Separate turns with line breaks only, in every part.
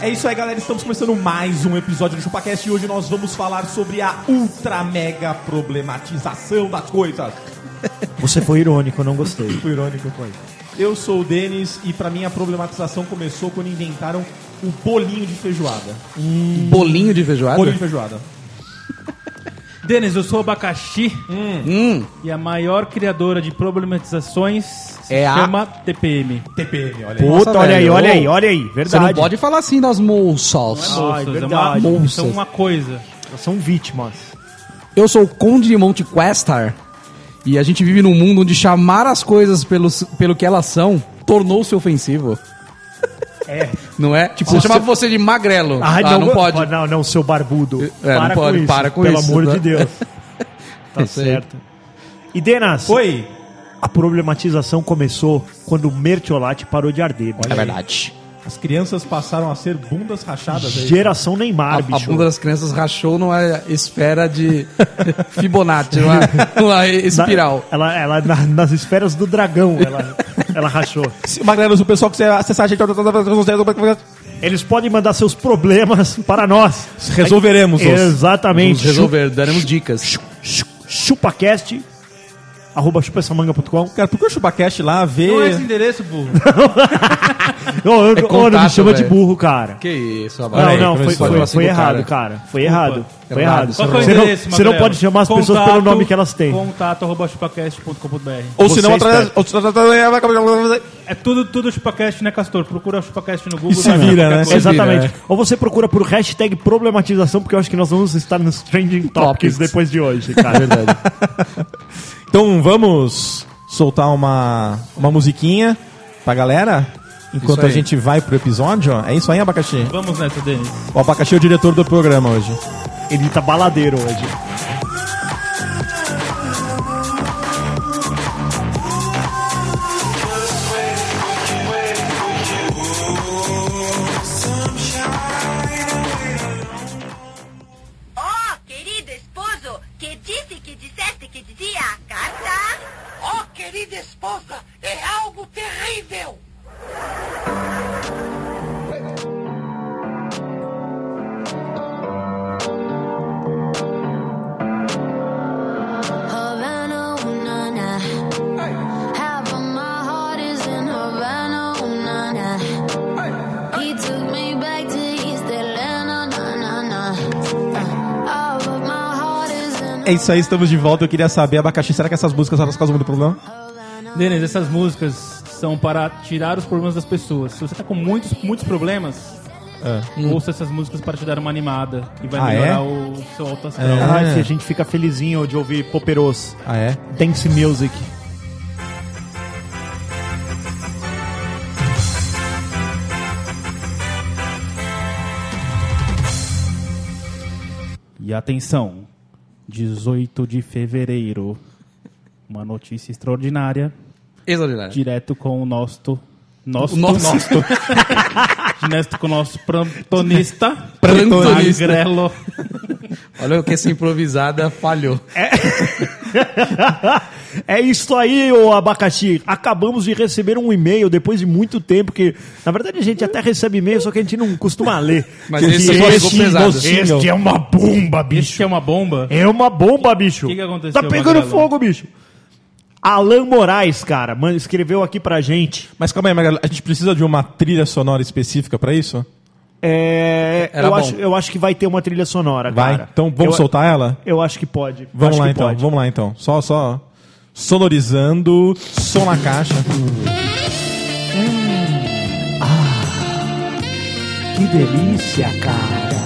É isso aí, galera. Estamos começando mais um episódio do ChupaCast e hoje nós vamos falar sobre a ultra mega problematização das coisas.
Você foi irônico, não gostei.
Foi irônico, foi. Eu sou o Denis e pra mim a problematização começou quando inventaram o bolinho de feijoada.
Bolinho de feijoada?
Bolinho de feijoada.
Denis, eu sou o abacaxi
Hum.
e a maior criadora de problematizações se
É a-
chama TPM.
TPM, olha aí.
Puta,
Nossa,
olha aí,
velho.
olha aí, olha aí.
Você não
Verdade.
pode falar assim das moças.
Ai,
Moças, é uma,
verdade.
Moças.
são uma coisa.
São vítimas.
Eu sou o Conde de Monte Questar e a gente vive num mundo onde chamar as coisas pelos, pelo que elas são tornou-se ofensivo.
É.
Não é? Tipo, se eu chamava você de magrelo. Ah, não, pode.
Não, não, seu barbudo.
É, não pode, para com
pelo
isso,
amor
né?
de Deus. Tá
Isso aí.
certo. E Denas,
Foi.
a problematização começou quando o mertiolate parou de arder. bicho.
É verdade.
As crianças passaram a ser bundas rachadas aí.
Geração Neymar,
A, a
bicho.
bunda das crianças rachou numa esfera de Fibonacci, numa, numa
Na-
espiral.
ela ela na- nas esferas do dragão, ela, ela rachou.
Se- Magrelo, se o pessoal quiser acessar a gente...
Eles podem mandar seus problemas para nós.
Resolveremos os.
Exatamente.
Vamos resolver, daremos dicas.
Chu- Chupacast, arroba chupaessamanga.com.
Cara, por que o ChupaCast lá vê...
Não é esse endereço, burro.
Ô, ô, ô, não me
contato,
chama de
velho.
burro, cara.
Que isso,
não,
Abaca.
não, foi,
Começou.
foi-
Assim
foi
do
errado, cara. Foi errado. Foi errado.
errado.
Qual que é o
Você não-
endereço,
você não
Magrelo?
pode chamar as pessoas pelo nome que elas têm.
Contato arroba chupacast.com.br.
Ou se não,
Você
através...
É tudo, tudo chupacast, né, Castor? Procura o chupacast no Google.
se
vai ver
vira,
qualquer
né?
coisa.
É, Exatamente.
vira,
Ou você procura por hashtag problematização, porque eu acho que nós vamos estar nos trending topics
Topics.
depois de hoje, cara. verdade.
Então vamos soltar uma, uma musiquinha pra galera? Enquanto
Isso
a
aí.
gente vai pro episódio? É isso aí, Abacaxi?
Vamos nessa, Denis.
O Abacaxi é o diretor do programa hoje.
Ele tá baladeiro hoje.
Oh, querido esposo, que disse que disseste que dizia a carta?
Oh, querida esposa, é algo terrível!
Havana, ooh, nah, nah. Half of my heart is in Havana, ooh, nah, nah. He took me back to East Atlanta, nah, nah, nah. Uh, all of my heart is in
É isso aí, estamos de volta. Eu queria saber, Abacaxi, será que essas músicas elas causam muito problema?
Denis, essas músicas são para tirar os problemas das pessoas. Se você tá com muitos, muitos problemas,
É.
ouça essas músicas para te dar uma animada e vai
Ah,
melhorar
é?
o seu alto astral.
É.
Ah, se a gente fica felizinho de ouvir Poperos.
Ah, é?
Dance Music.
E atenção, 18 de fevereiro, uma notícia extraordinária,
Extraordinário.
direto com o nosso... Nosso,
O nosso-
direto com o nosso plantonista,
Plantonista.
Magrelo.
Olha o que essa improvisada falhou.
É isso aí, ô abacaxi. Acabamos de receber um e-mail depois de muito tempo que, na verdade, a gente até recebe e-mail, só que a gente não costuma ler.
Mas
Que
esse chegou pesado.
este é uma bomba, bicho.
Isso é uma bomba.
É uma bomba, bicho.
O que que aconteceu,
Tá pegando
Magrelo?
fogo, bicho. Alan Moraes, cara, mano, escreveu aqui pra gente.
Mas calma aí, Magalhães, a gente precisa de uma trilha sonora específica pra isso?
É,
Era
eu,
bom.
acho, eu acho que vai ter uma trilha sonora,
Vai.
cara.
então vamos
eu,
soltar ela?
Eu acho que pode.
Vamos
Acho
lá
que
então,
pode.
vamos lá então. Só, só. Sonorizando, som na caixa.
Que delícia, cara.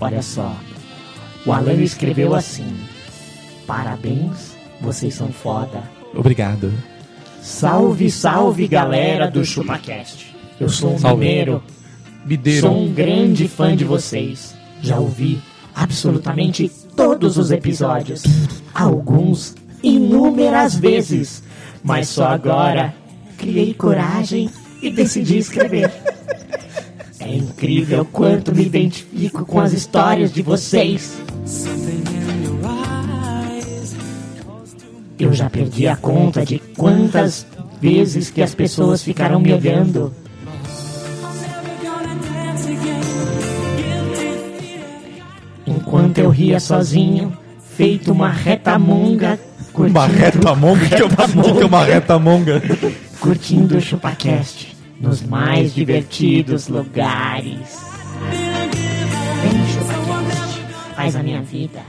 Olha só, o Alan escreveu assim: Parabéns, vocês são foda.
Obrigado.
Salve, salve galera do ChupaCast. Eu sou um
Salve.
mineiro,
Bideiro.
sou um grande fã de vocês. Já ouvi absolutamente todos os episódios, alguns inúmeras vezes, mas só agora criei coragem e decidi escrever. É incrível quanto me identifico com as histórias de vocês. Eu já perdi a conta de quantas vezes que as pessoas ficaram me olhando. Enquanto eu ria sozinho, feito uma retamunga,
Uma
curtindo,
retamonga? O que é uma- o que é uma retamonga?
curtindo o ChupaCast nos mais divertidos lugares. Vem, ChupaCast, faz a minha vida.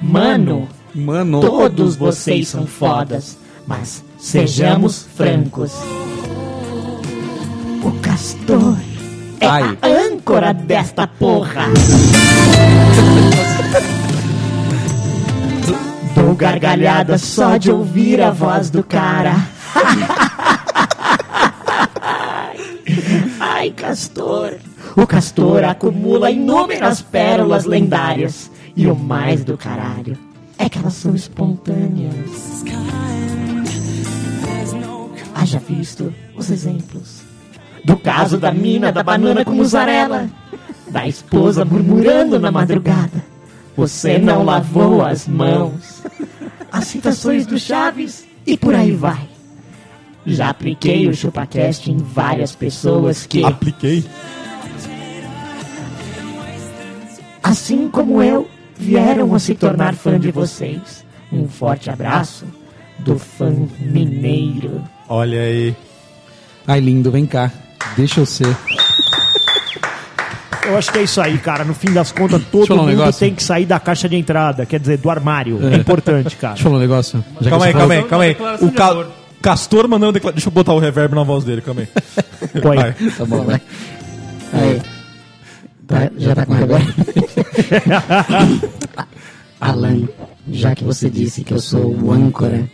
Mano,
Mano.
Todos vocês são fodas, mas sejamos francos. O Castor é
Ai.
a âncora desta porra. Dou gargalhada só de ouvir a voz do cara. Ai, Castor. O Castor acumula inúmeras pérolas lendárias. E o mais do caralho é que elas são espontâneas. Haja visto os exemplos. Do caso da mina da banana com mussarela. Da esposa murmurando na madrugada. Você não lavou as mãos. As citações do Chaves e por aí vai. Já apliquei o ChupaCast em várias pessoas que...
Apliquei.
assim como eu, vieram a se tornar fã de vocês. Um forte abraço do fã mineiro.
Olha aí.
Ai, lindo, vem cá. Deixa eu ser.
Eu acho que é isso aí, cara. No fim das contas,
Deixa
todo
eu falar um
mundo
negócio.
tem que sair da caixa de entrada, quer dizer, do armário. É, importante, cara.
Deixa eu falar um negócio. Já que
calma
você
aí,
falou-
calma aí, calma aí.
declaração
O
de
Ca-
amor.
Castor mandando declaração. Deixa eu botar o reverb na voz dele, calma aí.
Põe.
Vai.
Tá bom, vai.
Aí. Tá- já tá com agora? Alan, já que você disse que eu sou o âncora,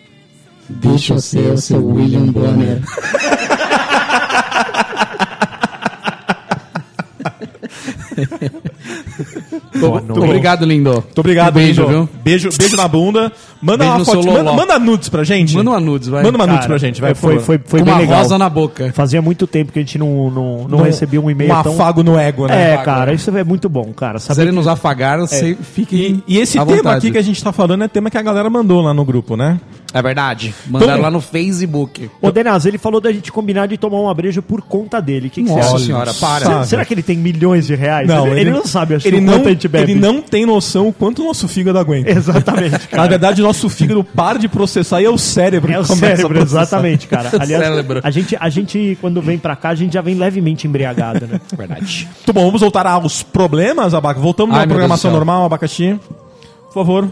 deixa eu ser o seu William Bonner.
Muito Obrigado, lindo. Muito
Muito obrigado,
Beijo,
Lindo.
viu?
Beijo, beijo na bunda. Manda
Beijo
uma
no seu
foto. Manda,
loló.
manda nudes pra gente.
Manda uma nudes, vai.
Manda uma nudes
Cara, é,
pra gente, vai. por
Foi,
favor.
foi, foi
Com
bem
uma
legal.
rosa na boca.
Fazia muito tempo que a gente não, não, não
Num-
recebia um e-mail
Um
tão...
afago no ego, né?
É, cara, isso é muito bom, cara.
Se
Saber
quiserem nos afagar, você fiquem
É. E, e esse
à
tema
vontade.
aqui que a gente tá falando é tema que a galera mandou lá no grupo, né?
É verdade. Mandaram
Então-
lá no Facebook.
Ô, Denaz, ele falou da gente combinar de tomar uma breja por conta dele. O que, que você
Nossa
acha?
senhora,
Será,
para.
será que ele tem milhões de reais? ele, ele não sabe, acho
ele
o
não,
quanto a gente bebe.
ele não tem noção o quanto o nosso fígado aguenta.
Exatamente,
Na
cara.
verdade, nosso fígado para de processar e é o cérebro
É o
que começa a
cérebro,
processar.
exatamente, cara. Aliás,
Cérebro.
a gente, a gente, quando vem pra cá, a gente já vem levemente embriagado, né?
Verdade.
Muito bom, vamos voltar aos problemas, Abaca. Voltamos
Ai,
à
meu
programação
Deus do céu.
normal, Abacaxi. Por favor,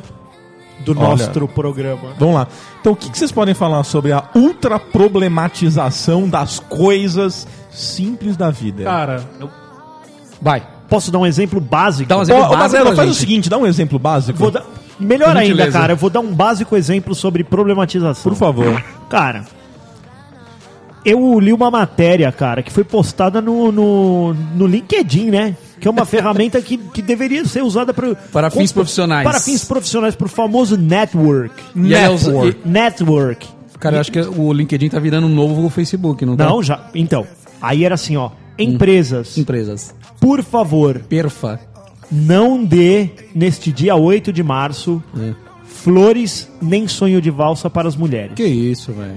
Do
Olha.
nosso programa.
vamos lá. Então, o que, que vocês podem falar sobre a ultra problematização das coisas simples da vida?
Ah,
Cara, eu-
Vai.
Posso dar um exemplo básico?
Dá um
Ô,
exemplo
ô,
básico
Marcelo,
pra
faz o
gente.
seguinte, dá um exemplo básico.
Vou dar- Melhor
Por
ainda,
gentileza.
cara, eu vou dar um básico exemplo sobre problematização.
Por favor.
Cara, eu li uma matéria, cara, que foi postada no, no, no LinkedIn, né? Que é uma ferramenta que, que deveria ser usada pro,
Para fins profissionais.
Para fins profissionais, pro famoso network.
E ela usa-
Network.
Network.
Cara, eu acho que o LinkedIn tá virando um novo Facebook, não tá?
Não, já. Então, aí era assim, ó. Empresas,
Hum. Empresas.
por favor,
Perfa.
não dê, neste dia 8 de março,
É.
flores nem sonho de valsa para as mulheres.
Que isso, velho.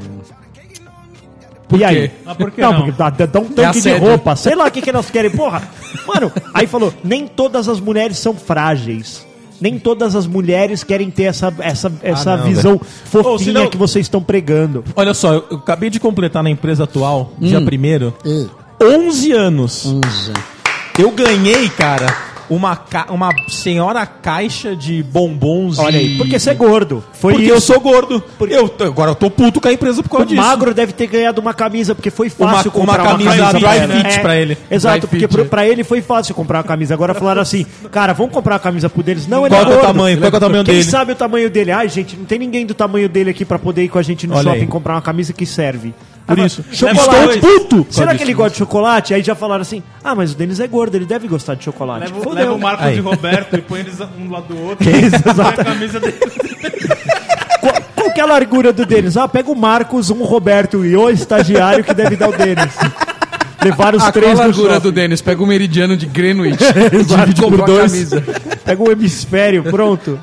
e aí?
Mas por que
não,
não?
porque dá, dá- dá um
É
tanque de
assédio.
roupa. Sei lá o que, que elas querem. Porra, mano, aí falou: nem todas as mulheres são frágeis. Nem todas as mulheres querem ter essa, essa, essa
não,
visão fofinha
Ou senão-
que vocês estão pregando.
Olha só, eu eu acabei de completar na empresa atual,
Hum.
dia 1 11 anos. Eu ganhei, cara, uma, ca- uma senhora caixa de bombons
Olha
e...
aí, porque você é gordo. Foi
Porque
isso.
eu sou gordo. Eu, tô- agora eu tô puto com a empresa por causa
O
disso.
magro deve ter ganhado uma camisa, porque foi fácil
Uma- uma
comprar
camisa dry
pra
fit
É,
pra ele.
Exato,
Dry
porque
fit,
pro-
é.
pra ele foi fácil comprar uma camisa. Agora falaram assim, cara, vamos comprar a camisa pro deles. Não, ele
Qual
é
que é o
gordo.
tamanho? Qual que é o tamanho
Quem
dele?
sabe o tamanho dele? Ai, gente, não tem ninguém do tamanho dele aqui pra poder ir com a gente no
Olha
shopping
aí.
comprar uma camisa que serve.
Por
Agora,
isso. É,
Chocolate.
Estou puto por
Será
causa
que ele
disso.
gosta de chocolate? Aí já falaram assim, ah, mas o Denis é gordo, ele deve gostar de chocolate.
Leva,
Fodeu.
leva o Marcos
Aí.
de Roberto e põe eles um do lado do outro.
Isso,
Põe
exato.
a camisa dele.
Qual, qual que é a largura do Denis? Ah, pega o Marcos, um Roberto e o estagiário que deve dar o Denis. Levaram os
A Ah, qual
três
a
no
largura
shopping.
do Denis? Pega o meridiano de Greenwich.
Divide
comprou
por
a
dois.
camisa.
Pega o hemisfério, pronto.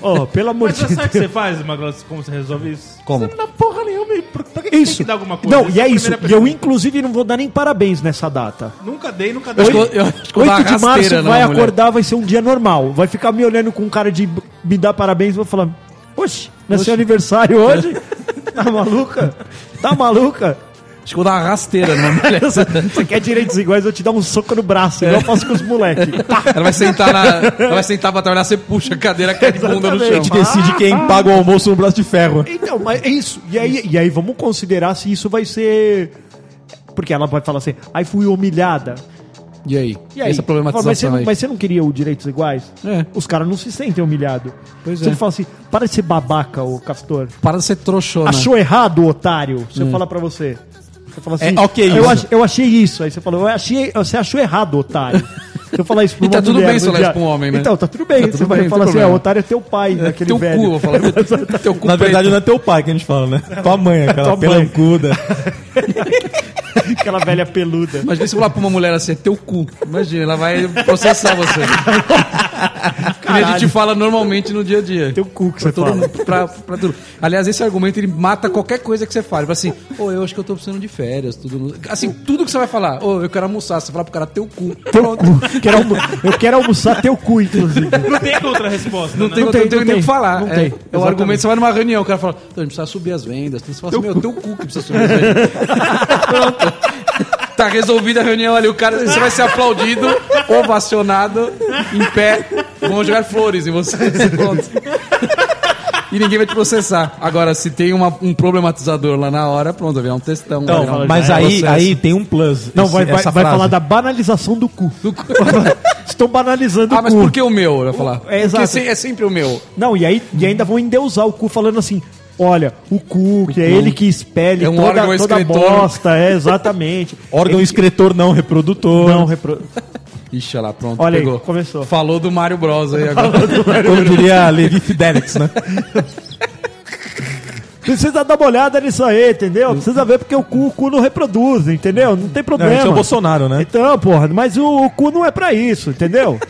Ó, pelo amor
Mas
de
sabe o
Deus.
que você faz, Magrelo? Como você resolve isso?
Como?
Você não dá porra nenhuma. e Por, pra que que tem
Isso.
que dar alguma coisa?
Não, e
Essa
é
a
isso.
primeira
E eu,
pergunta.
inclusiz não vou dar nem parabéns nessa data.
Nunca dei, nunca
Eu
dei.
acho que eu- eu acho que eu
8
dou uma
de março
rasteira na
vai
mulher.
acordar, vai ser um dia normal. Vai ficar me olhando com cara de b- me dar parabéns, vou falar: Oxe, não é seu aniversário hoje? Tá maluca? Tá maluca?
Acho que eu vou dar uma rasteira na mulher.
Você quer direitos iguais, eu te dar um soco no braço, igual eu faço com os moleques.
Ela vai sentar na. Ela vai sentar pra trabalhar, você puxa a cadeira, cai de bunda no
A
chão.
gente decide quem paga o almoço no braço de ferro.
Ah, Então, mas é isso. E aí, e aí vamos considerar se isso vai ser. Porque ela vai falar assim, aí fui humilhada.
E aí?
E aí?
Essa é
Fala, mas, você,
problematização
não-
aí.
mas você não queria os direitos iguais?
É.
Os caras não se sentem humilhados.
Pois
você
é.
fala assim, para de ser babaca, ô Castor.
Para de ser trouxona.
Achou errado, otário?
Hum.
Se eu falar pra você. Você fala assim,
É, ok,
eu,
isso.
ach- eu achei isso. Aí você falou, eu achei, você achou errado, otário. Se eu falar isso pra
E
uma
tá tudo
mulher
bem se
no
eu
dia-
levo pra um homem, né?
Então, tá tudo bem.
Tá tudo
você
bem,
vai
não
falar
tem
assim, ah,
problema.
otário é teu pai,
É,
daquele
teu
velho.
cu, eu vou falar. teu cu
Na verdade, não
preto.
é teu pai que a gente fala, né? Tua mãe,
Tua
aquela
mãe.
pelancuda.
Aquela velha peluda.
Imagina se eu falar pra uma mulher assim, é teu cu. Imagina, ela vai processar você. Que nem a gente fala normalmente no dia a dia.
Teu cu que
pra
você
todo
fala.
mundo, pra, pra tudo. Aliás, esse argumento ele mata qualquer coisa que você fale. Fala assim, ô, eu acho que eu tô precisando de férias, tudo. Assim, tudo que você vai falar, ô, eu quero almoçar, você fala pro cara teu cu.
Teu cu. Quero almo- eu quero almoçar teu cu, inclusive.
Não tem outra resposta.
Não
né?
tem,
Não
não
tem,
tem, não
não
tem nem o
tem.
que falar.
Não
é,
tem,
é o
exatamente.
argumento, você vai numa reunião, o cara fala, então, a gente precisa subir as vendas. Então, Você fala assim, meu, teu cu que precisa subir as vendas. Pronto. Tá resolvida a reunião ali, o cara, você vai ser aplaudido, ovacionado, em pé, vão jogar flores em você. Pronto. E ninguém vai te processar. Agora, se tem uma- um problematizador lá na hora, pronto, vai virar um textão. vai virar um
Então, mas
já é
aí,
processo.
aí tem um plus.
Não,
esse-
vai, vai,
essa
vai
frase.
falar da banalização do cu. Estão banalizando
Ah,
o
mas
cu.
por que o meu? Eu ia falar.
É, exato.
Porque se- é sempre o meu.
Não, e aí e ainda vão endeusar o cu falando assim. Olha, o cu, que é
cu.
ele que espelha
É um
toda,
órgão
toda
excretor.
bosta, é, exatamente.
Órgão excretor não, reprodutor.
Não, repro...
Ixi, olha lá, pronto,
Olha aí,
pegou.
começou.
Falou do Mario Bros aí agora.
Como diria Levi Fidelix, né?
Precisa dar uma olhada nisso aí, entendeu?
Hum.
Precisa ver porque o cu, o cu não reproduz, entendeu? Não tem
Não,
problema.
esse é o Bolsonaro, né?
Então, porra, mas o, o cu não é pra isso, entendeu?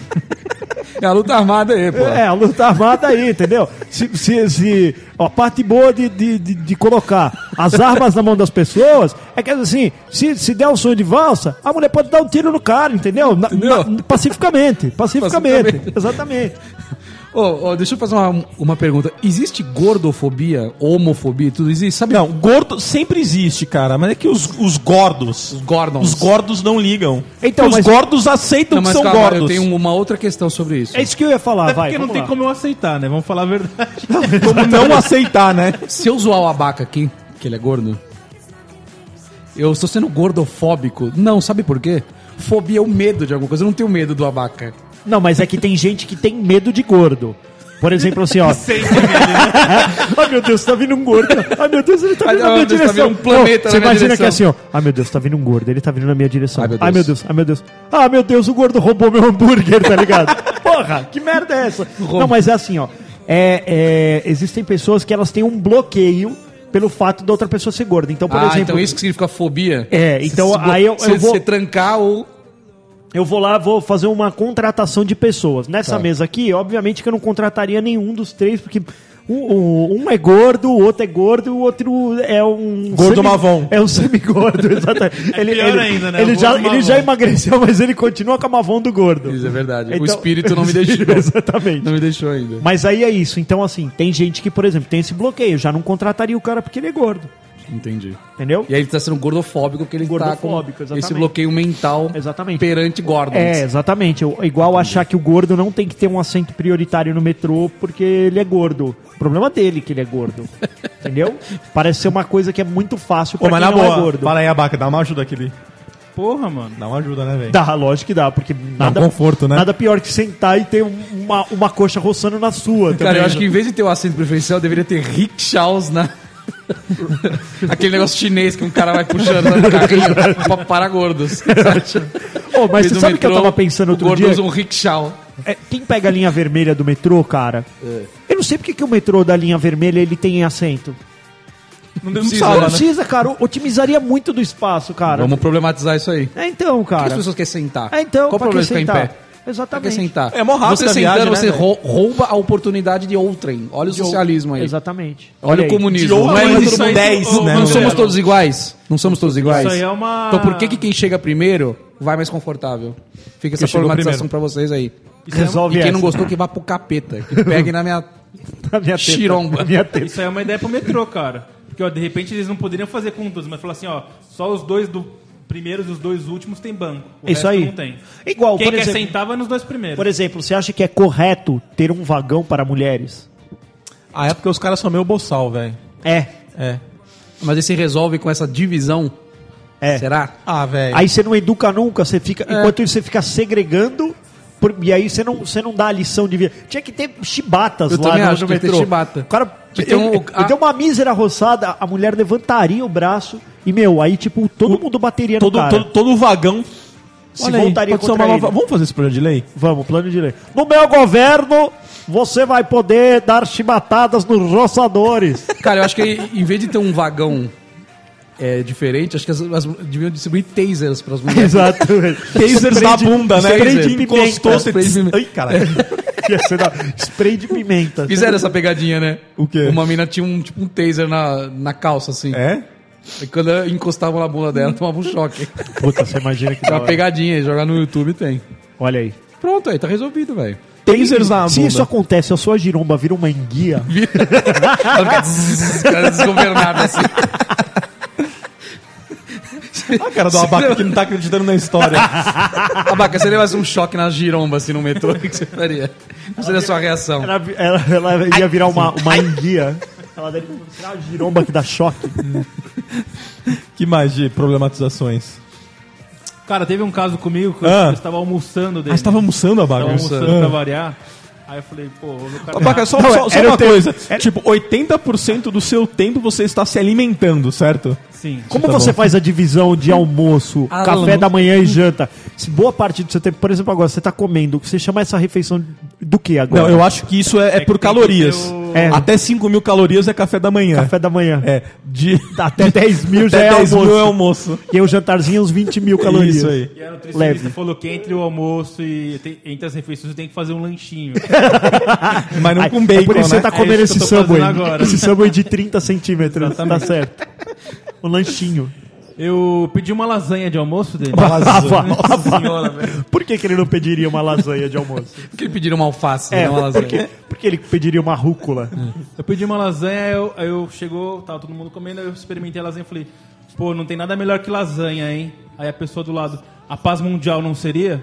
É a luta armada aí, pô.
É, a luta armada aí, entendeu? Se, se, se- ó, a parte boa de, de, de, de colocar as armas na mão das pessoas é que, assim, se, se der um sonho de valsa, a mulher pode dar um tiro no cara, entendeu? Na-
Entendeu?
na- pacificamente, pacificamente,
Pacificamente.
exatamente.
Ô, ô, deixa eu fazer uma, uma pergunta. Existe gordofobia, homofobia, e tudo existe? Sabe?
Não, gordo sempre existe, cara. Mas é que os, os gordos. Os
gordons.
Os gordos não ligam.
Então,
os
mas-
gordos aceitam
Não,
que
mas
são
calma, eu
gordos.
tenho um uma outra questão sobre isso.
É isso que eu ia falar,
Até
vai.
porque não
vamos
tem
lá.
como eu aceitar, né? Vamos falar a verdade.
Como não aceitar, né?
Se eu zoar o abaca aqui, que ele é gordo, eu estou sendo gordofóbico. Não, sabe por quê? Fobia é o medo de alguma coisa. Eu não tenho medo do abaca.
Não, mas é que tem gente que tem medo de gordo. Por exemplo, assim, ó. Ai meu Deus, tá vindo um gordo. Ai meu Deus, ele tá
Ai,
vindo na
meu
minha
Deus, tá
direção.
vindo um
Não,
planeta na
Você
minha
imagina que é
direção.
assim, ó. Ai meu Deus, tá vindo um gordo, ele tá vindo na minha direção.
Ai, meu
Ai meu Deus,
Deus.
ai meu Deus. Ah meu Deus, o gordo roubou meu hambúrguer, tá ligado? Porra, que merda é essa? Não, mas é assim, ó. É, é, existem pessoas que elas têm um bloqueio pelo fato da outra pessoa ser gorda. Então, por
ah,
exemplo.
então isso que significa fobia?
É, então
Se-
aí eu-
se-
eu vou-
se trancar ou...
Eu vou lá, vou fazer uma contratação de pessoas. Nessa
Tá.
mesa aqui, obviamente que eu não contrataria nenhum dos três, porque um, um- um é gordo, o outro é gordo, o outro é um.
Gordo mavão.
É um semigordo, exatamente.
É
ele,
pior
ele-
ainda, né?
Ele
O
já,
gordo
ele já
mavão.
emagreceu, mas ele continua com a mavão do gordo.
Isso é verdade. O
Então-
espírito não me deixou.
exatamente.
Não me deixou ainda.
Mas aí é isso. Então, assim, tem gente que, por exemplo, tem esse bloqueio. Já não contrataria o cara porque ele é gordo.
Entendi.
Entendeu?
E aí ele tá sendo gordofóbico porque ele
Gordofóbico,
tá com
exatamente.
esse bloqueio mental
Exatamente.
perante Gordon.
É, exatamente. Eu- Igual achar que o gordo não tem que ter um assento prioritário no metrô porque ele é gordo. O problema dele é que ele é gordo. Entendeu? Parece ser uma coisa que é muito fácil pra
Ô, mas
quem
na
não é
boa,
gordo.
fala aí, Abaca, dá uma ajuda aquele.
Porra, mano.
Dá uma ajuda, né, velho?
Dá, lógico que dá, porque nada,
conforto, né?
nada pior que sentar e ter um- uma, uma coxa roçando na sua.
Cara,
também,
eu acho
né?
que em vez de ter o assento preferencial, deveria ter rickshaws na. Aquele negócio chinês que um cara vai puxando no carrinho pra para gordos.
Ô, mas você sabe o que eu tava pensando
um o
outro
gordo
dia?
usa um rickshaw.
É, quem pega a linha vermelha do metrô, cara?
É.
Eu não sei porque que o metrô da linha vermelha ele tem assento.
Não
Não precisa, cara. o- Otimizaria muito do espaço, cara.
né? Vamos problematizar isso aí. Por
É então,
que as
cara.
pessoas querem sentar?
É então,
Qual o
pra que
problema de ficar em
sentar?
pé? Pra que
Exatamente.
sentar?
É mó rápido
Você
a
sentando,
viagem, né,
você
velho?
rou- rouba a oportunidade de outrem. Olha o socialismo aí.
Exatamente.
Olha
aí.
o comunismo.
De
Não, é
outrem,
todo
isso
mundo-
aí- dez,
não,
né,
não
no
somos
verão.
todos iguais. Não somos todos iguais.
Isso aí é uma-
Então por que, que quem chega primeiro vai mais confortável? Fica essa
chegou
problematização
primeiro.
pra vocês aí. é um
Resolve
e quem
essa.
não gostou que vá pro capeta. Que pegue na minha...
Na minha teta.
Chiromba.
Na minha teta.
Isso aí é uma ideia pro metrô, cara. Porque, ó, de repente eles não poderiam fazer com todos, mas falar assim, ó, só os dois do primeiros e os dois últimos tem banco.
É
O
Isso
resto
aí.
não tem.
Igual,
Quem
por
quer
exemplo-
sentar vai nos dois primeiros.
Por exemplo, você acha que é correto ter um vagão para mulheres?
Ah, é porque os caras são meio boçal, velho.
É.
É.
Mas esse resolve com essa divisão?
É.
Será?
Ah, velho.
Aí você não educa nunca, você fica. Enquanto isso, você fica segregando. por- e aí você não, você não dá a lição de vida. Tinha que ter chibatas
Eu
lá
também
no,
acho
no
que tinha que ter
metrô.
chibata.
O cara
Tinha que
eu,
ter um-
eu
a-
dei uma mísera roçada, a mulher levantaria o braço e, meu, aí, tipo, todo mundo bateria no
Todo,
cara.
todo, todo vagão se
Olha aí,
voltaria
pode ser
contra
uma
ele.
nova-
Vamos fazer esse projeto de lei?
Vamos, plano de lei. No meu governo, você vai poder dar chibatadas nos roçadores.
Cara, eu acho que em vez de ter um vagão é, diferente, acho que as, as, deviam distribuir tasers pras mulheres.
Exato.
Tasers na
Spray de-
bunda, né?
Spray
Taser.
de
Encostou,
pimenta.
você...
Spray de pimenta.
Ai, caralho.
Ia ser da- Spray de pimenta.
Fizeram essa pegadinha, né?
O quê?
Uma mina tinha um, tipo, um taser na, na calça, assim.
É?
E quando ela encostava na bunda dela, tomava um choque.
Puta, você imagina que
É
da
uma
hora.
pegadinha, jogar no YouTube tem.
Olha aí.
Pronto, aí tá resolvido, velho.
Tasers na
Se
bunda.
isso acontece, a sua giromba vira uma enguia.
Ela fica zzz, cara, desgovernada assim.
A cara do abaca que não tá acreditando na história.
Abaca, se ele levasse um choque na giromba assim no metrô, o que você faria? Qual seria a sua reação?
Ela, ela- ela ia virar uma, uma enguia. Ela daria uma giromba que dá choque.
que mais de problematizações?
Cara, teve um caso comigo que eu-
Ah.
eu estava almoçando dele.
Ah, você tava almoçando,
Tava
abaca?
almoçando pra
Ah.
variar. Aí eu falei, pô, vou no cardápio.
Abaca, só,
Não, é,
só, só
era o
uma
teu-
coisa.
era-
Tipo, 80% do seu tempo você está se alimentando, certo?
Sim.
Como
Tá
você
bom.
faz a divisão de almoço,
Ah,
café
não.
da manhã e janta? Se boa parte do seu tempo, por exemplo, agora você tá comendo, você chama essa refeição do que agora?
Não, eu acho que isso é, é por
que tem que
calorias.
ter o-
É.
Até 5 mil calorias é café da manhã.
Café da manhã.
É, de...
Até 10 mil já
até
é
10
almoço.
mil é almoço.
E aí o jantarzinho é uns 20 mil calorias.
Isso aí.
E a nutricionista
Leve.
falou que entre o almoço e tem- entre as refeições eu tenho que fazer um lanchinho.
Mas não
Aí,
com bacon,
é por isso que você
né?
tá
É isso
comendo
que eu
esse
tô fazendo
Subway.
agora.
Esse Subway de 30 centímetros, tá certo. O lanchinho.
Eu pedi uma lasanha de almoço dele.
Lava.
Senhora, velho.
Por que, que ele não pediria uma lasanha de almoço?
Por que pediram uma alface,
tá- É,
não uma
por,
lasanha?
que, por que ele pediria uma rúcula?
Eu pedi uma lasanha, eu, aí eu chegou, tava todo mundo comendo, aí eu experimentei a lasanha e falei, pô, não tem nada melhor que lasanha, hein? Aí a pessoa do lado, a paz mundial não seria?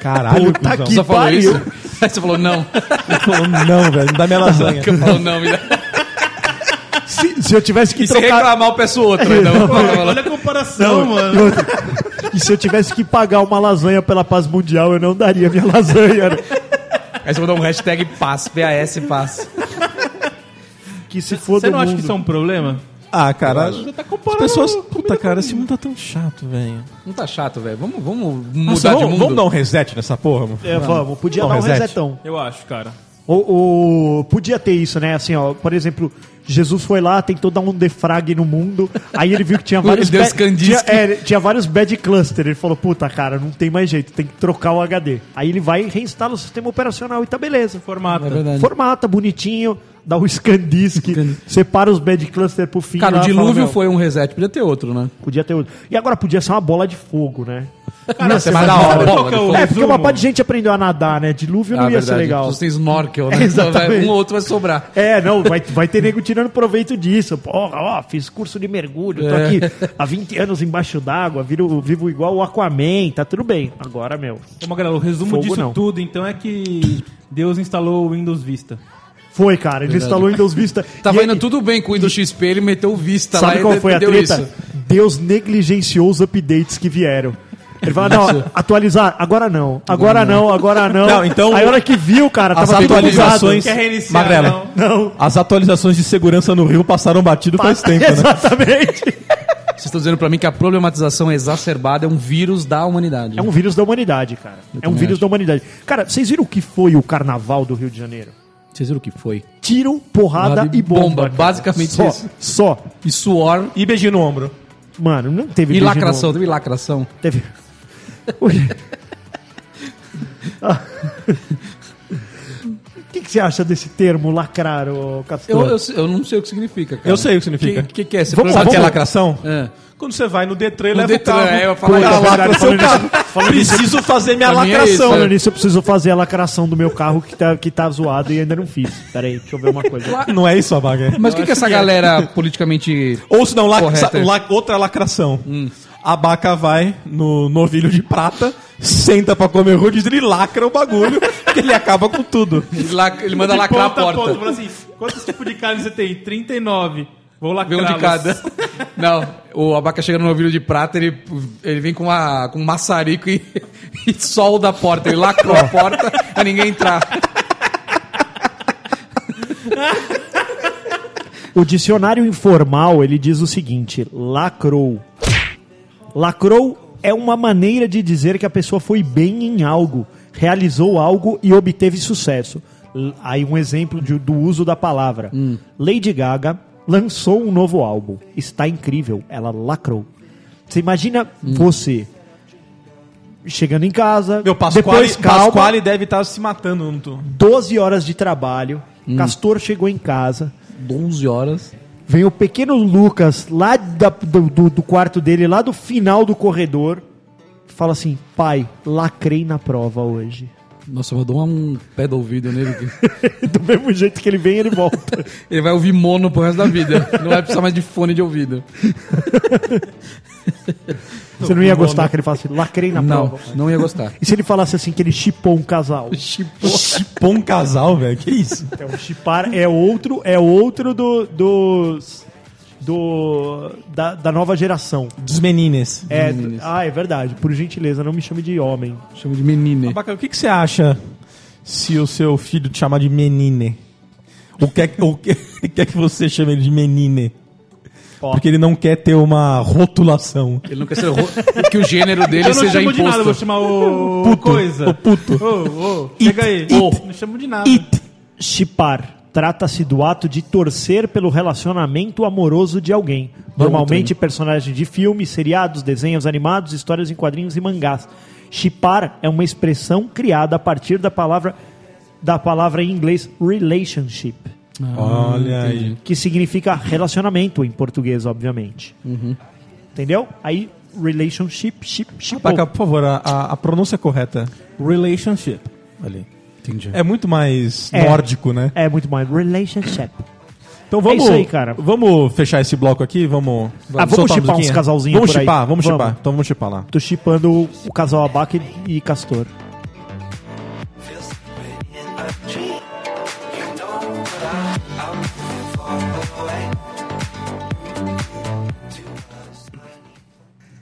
Caralho,
É. Puta
cuzão.
que-
Você falou
pariu.
isso? Aí você falou não.
Ele falou, não, velho, não dá minha lasanha.
Que eu falo não, me dá.
Se, se eu tivesse que
é
E se
trocar.
reclamar, eu peço outro. né? Então, Ainda. Vou falar.
Olha a comparação, mano.
E outra- E se eu tivesse que pagar uma lasanha pela paz mundial, eu não daria minha lasanha. né?
Aí você mandou um hashtag PAS, P-A-S, PAS.
Que se foda
Você
o
não
mundo.
acha que isso é um problema?
Ah, cara, as
Você tá comparando
pessoas...
comida
Puta, cara, esse mundo tá tão chato, velho.
Não tá chato, velho. Vamos, vamos mudar
Nossa,
de
Vamos,
mundo.
vamos dar um reset nessa porra, mano?
É, vamos, podia
Não,
dar um
reset.
resetão.
Eu acho, cara.
Ou, ou- podia ter isso, né? Assim, ó, por exemplo, Jesus foi lá, tentou dar um defrag no mundo, aí ele viu que tinha vários
Deus
ba- tinha,
Kandinsky.
é, tinha vários bad cluster. Ele falou, puta, cara, não tem mais jeito, tem que trocar o HD. Aí ele vai e reinstala o sistema operacional e tá beleza.
Formata.
É verdade.
Formata, bonitinho. dá um Scandisk, separa os bad cluster pro fim.
Cara,
lá,
o
fala,
dilúvio
meu,
foi um reset, podia ter outro, né?
Podia ter outro. E agora podia ser uma bola de fogo, né?
Cara,
ser
mais
mais da
da hora. né?
Qual que é o-
É, porque uma
resumo.
parte de gente aprendeu a nadar, né? Dilúvio não
Ah,
ia ser legal.
Vocês têm snorkel, né?
É, exatamente.
Então, vai- Um ou outro vai sobrar.
É, não, vai, vai ter nego tirando proveito disso. Porra, ó, fiz curso de mergulho, tô
É.
aqui há 20 anos embaixo d'água, viro, vivo igual o Aquaman, tá tudo bem. Agora, meu,
é
Então, galera, o resumo
Fogo
disso
não.
tudo, então, é que Deus instalou o Windows Vista.
foi, cara, ele instalou o Windows Vista.
Tava
e
indo
ele-
Tá tudo bem com o Windows XP, ele meteu o Vista lá
Sabe
e
qual
de-
foi a
deu
treta?
isso.
Deus negligenciou os updates que vieram. Ele falou, não, atualizar, agora não, agora não, agora não.
Não, então-
Aí a hora que viu, cara,
As
tava tudo
atualizações-
Quer
usado.
reiniciar,
Magrela.
não?
Não,
As atualizações de segurança no Rio passaram batido faz tempo, né?
Exatamente.
Vocês estão dizendo pra mim que a problematização exacerbada é um vírus da humanidade.
É um vírus da humanidade, cara. é um
também
vírus
acho.
da humanidade. Cara, vocês viram o que foi o carnaval do Rio de Janeiro?
Vocês viram o que foi?
Tiro, porrada
Porrada e
e bomba.
bomba,
cara.
basicamente
só,
isso.
Só.
E suor
E beijinho no ombro.
Mano, não teve
e
beijo
lacração.
no-
Teve lacração.
Teve. Ui. Ah. O que, que você acha desse termo lacrar, ô
Eu,
Castor?
eu, eu não sei o que significa, cara.
É. Eu sei o que significa.
O que, que, que é? Você
Vamos-
Sabe o que é
vamos-
lacração?
É.
Quando você vai no Detran e
No
leva
Detran,
o carro.
é, eu falo,
Puta,
"Ah,
lacra
lacra
seu
falando
carro. Preciso fazer minha
Pra mim é
lacração.
isso,
Falando nisso, eu preciso fazer a lacração do meu carro que tá, que tá zoado e ainda não fiz. Pera aí, deixa eu ver uma coisa.
Não é isso, Abaga?
Mas o que, é. que essa galera politicamente.
Ou se não, lac-
Correto, Hum.
sa-
é.
lac- outra lacração. A Baca vai no novilho de prata, senta pra comer rodízio, ele lacra o bagulho, que ele acaba com tudo.
Ele, lac- ele manda lacrar a porta.
Fala assim, quantos tipos de carne você tem? 39. Vou
Vê um
lacrar.
de cada. Não, o abaca chega no novilho de prata, ele, ele vem com, uma, com um maçarico e, e solda a porta. Ele lacrou a porta pra ninguém entrar.
O dicionário informal, ele diz o seguinte: lacrou. Lacrou é uma maneira de dizer que a pessoa foi bem em algo, realizou algo e obteve sucesso. L- Aí um exemplo de- do uso da palavra.
Hum.
Lady Gaga lançou um novo álbum. Está incrível, ela lacrou. Você imagina
Hum.
você chegando em casa,
Meu Pasquale,
depois calma,
Pasquale deve estar se matando. Não tô.
12 horas de trabalho,
Hum.
Castor chegou em casa,
11 horas.
Vem o pequeno Lucas lá da- do, do- do quarto dele, lá do final do corredor, fala assim: pai, lacrei na prova hoje.
Nossa, eu vou dar um pé do ouvido nele. que-
do mesmo jeito que ele vem, ele volta.
Ele vai ouvir mono pro resto da vida. Não vai precisar mais de fone de ouvido.
Você não ia gostar que ele falasse: lacrei na
Não,
prova.
não ia gostar.
E se ele falasse assim que ele chipou um casal?
Tipo,
Chipou um casal, velho. Que isso?
É um chipar é outro, é outro do, dos do da, da nova geração.
Dos menines.
É, ah, é verdade. Por gentileza, não me chame de homem.
Chama de
Tá
menine.
Baca, o que, que você acha se o seu filho te chamar de menine? O que é que, o que, quer que você chame ele de menine?
Ó.
Porque ele não quer ter uma rotulação.
Ele não quer ser ro- que o gênero dele
Eu não
seja
chamo de nada, eu vou
é imposto.
chamar o...
Puto,
Coisa.
o puto.
Ô, ô, pega aí.
it.
Ô, Não chamo de nada.
Chipar. Trata-se do ato de torcer pelo relacionamento amoroso de alguém. Normalmente personagens de filmes, seriados, desenhos animados, histórias em quadrinhos e mangás. Chipar é uma expressão criada a partir da palavra da palavra em inglês relationship,
Olha aí.
que significa relacionamento em português, obviamente.
Uhum.
Entendeu? Aí relationship, ship, ship.
Baca, por favor, a, a- a pronúncia correta.
Relationship.
Ali.
Entendi.
É muito mais
É.
nórdico, né?
É muito mais relationship.
Então
É
vamos,
isso aí, cara.
vamos fechar esse bloco aqui, vamos.
Ah, vamos
soltar a
chipar uns
musiquinha?
casalzinhos
Vamos
por aí.
chipar, vamos
Vamos.
chipar. Então vamos chipar lá.
Tô chipando o casal Abaca e- e Castor.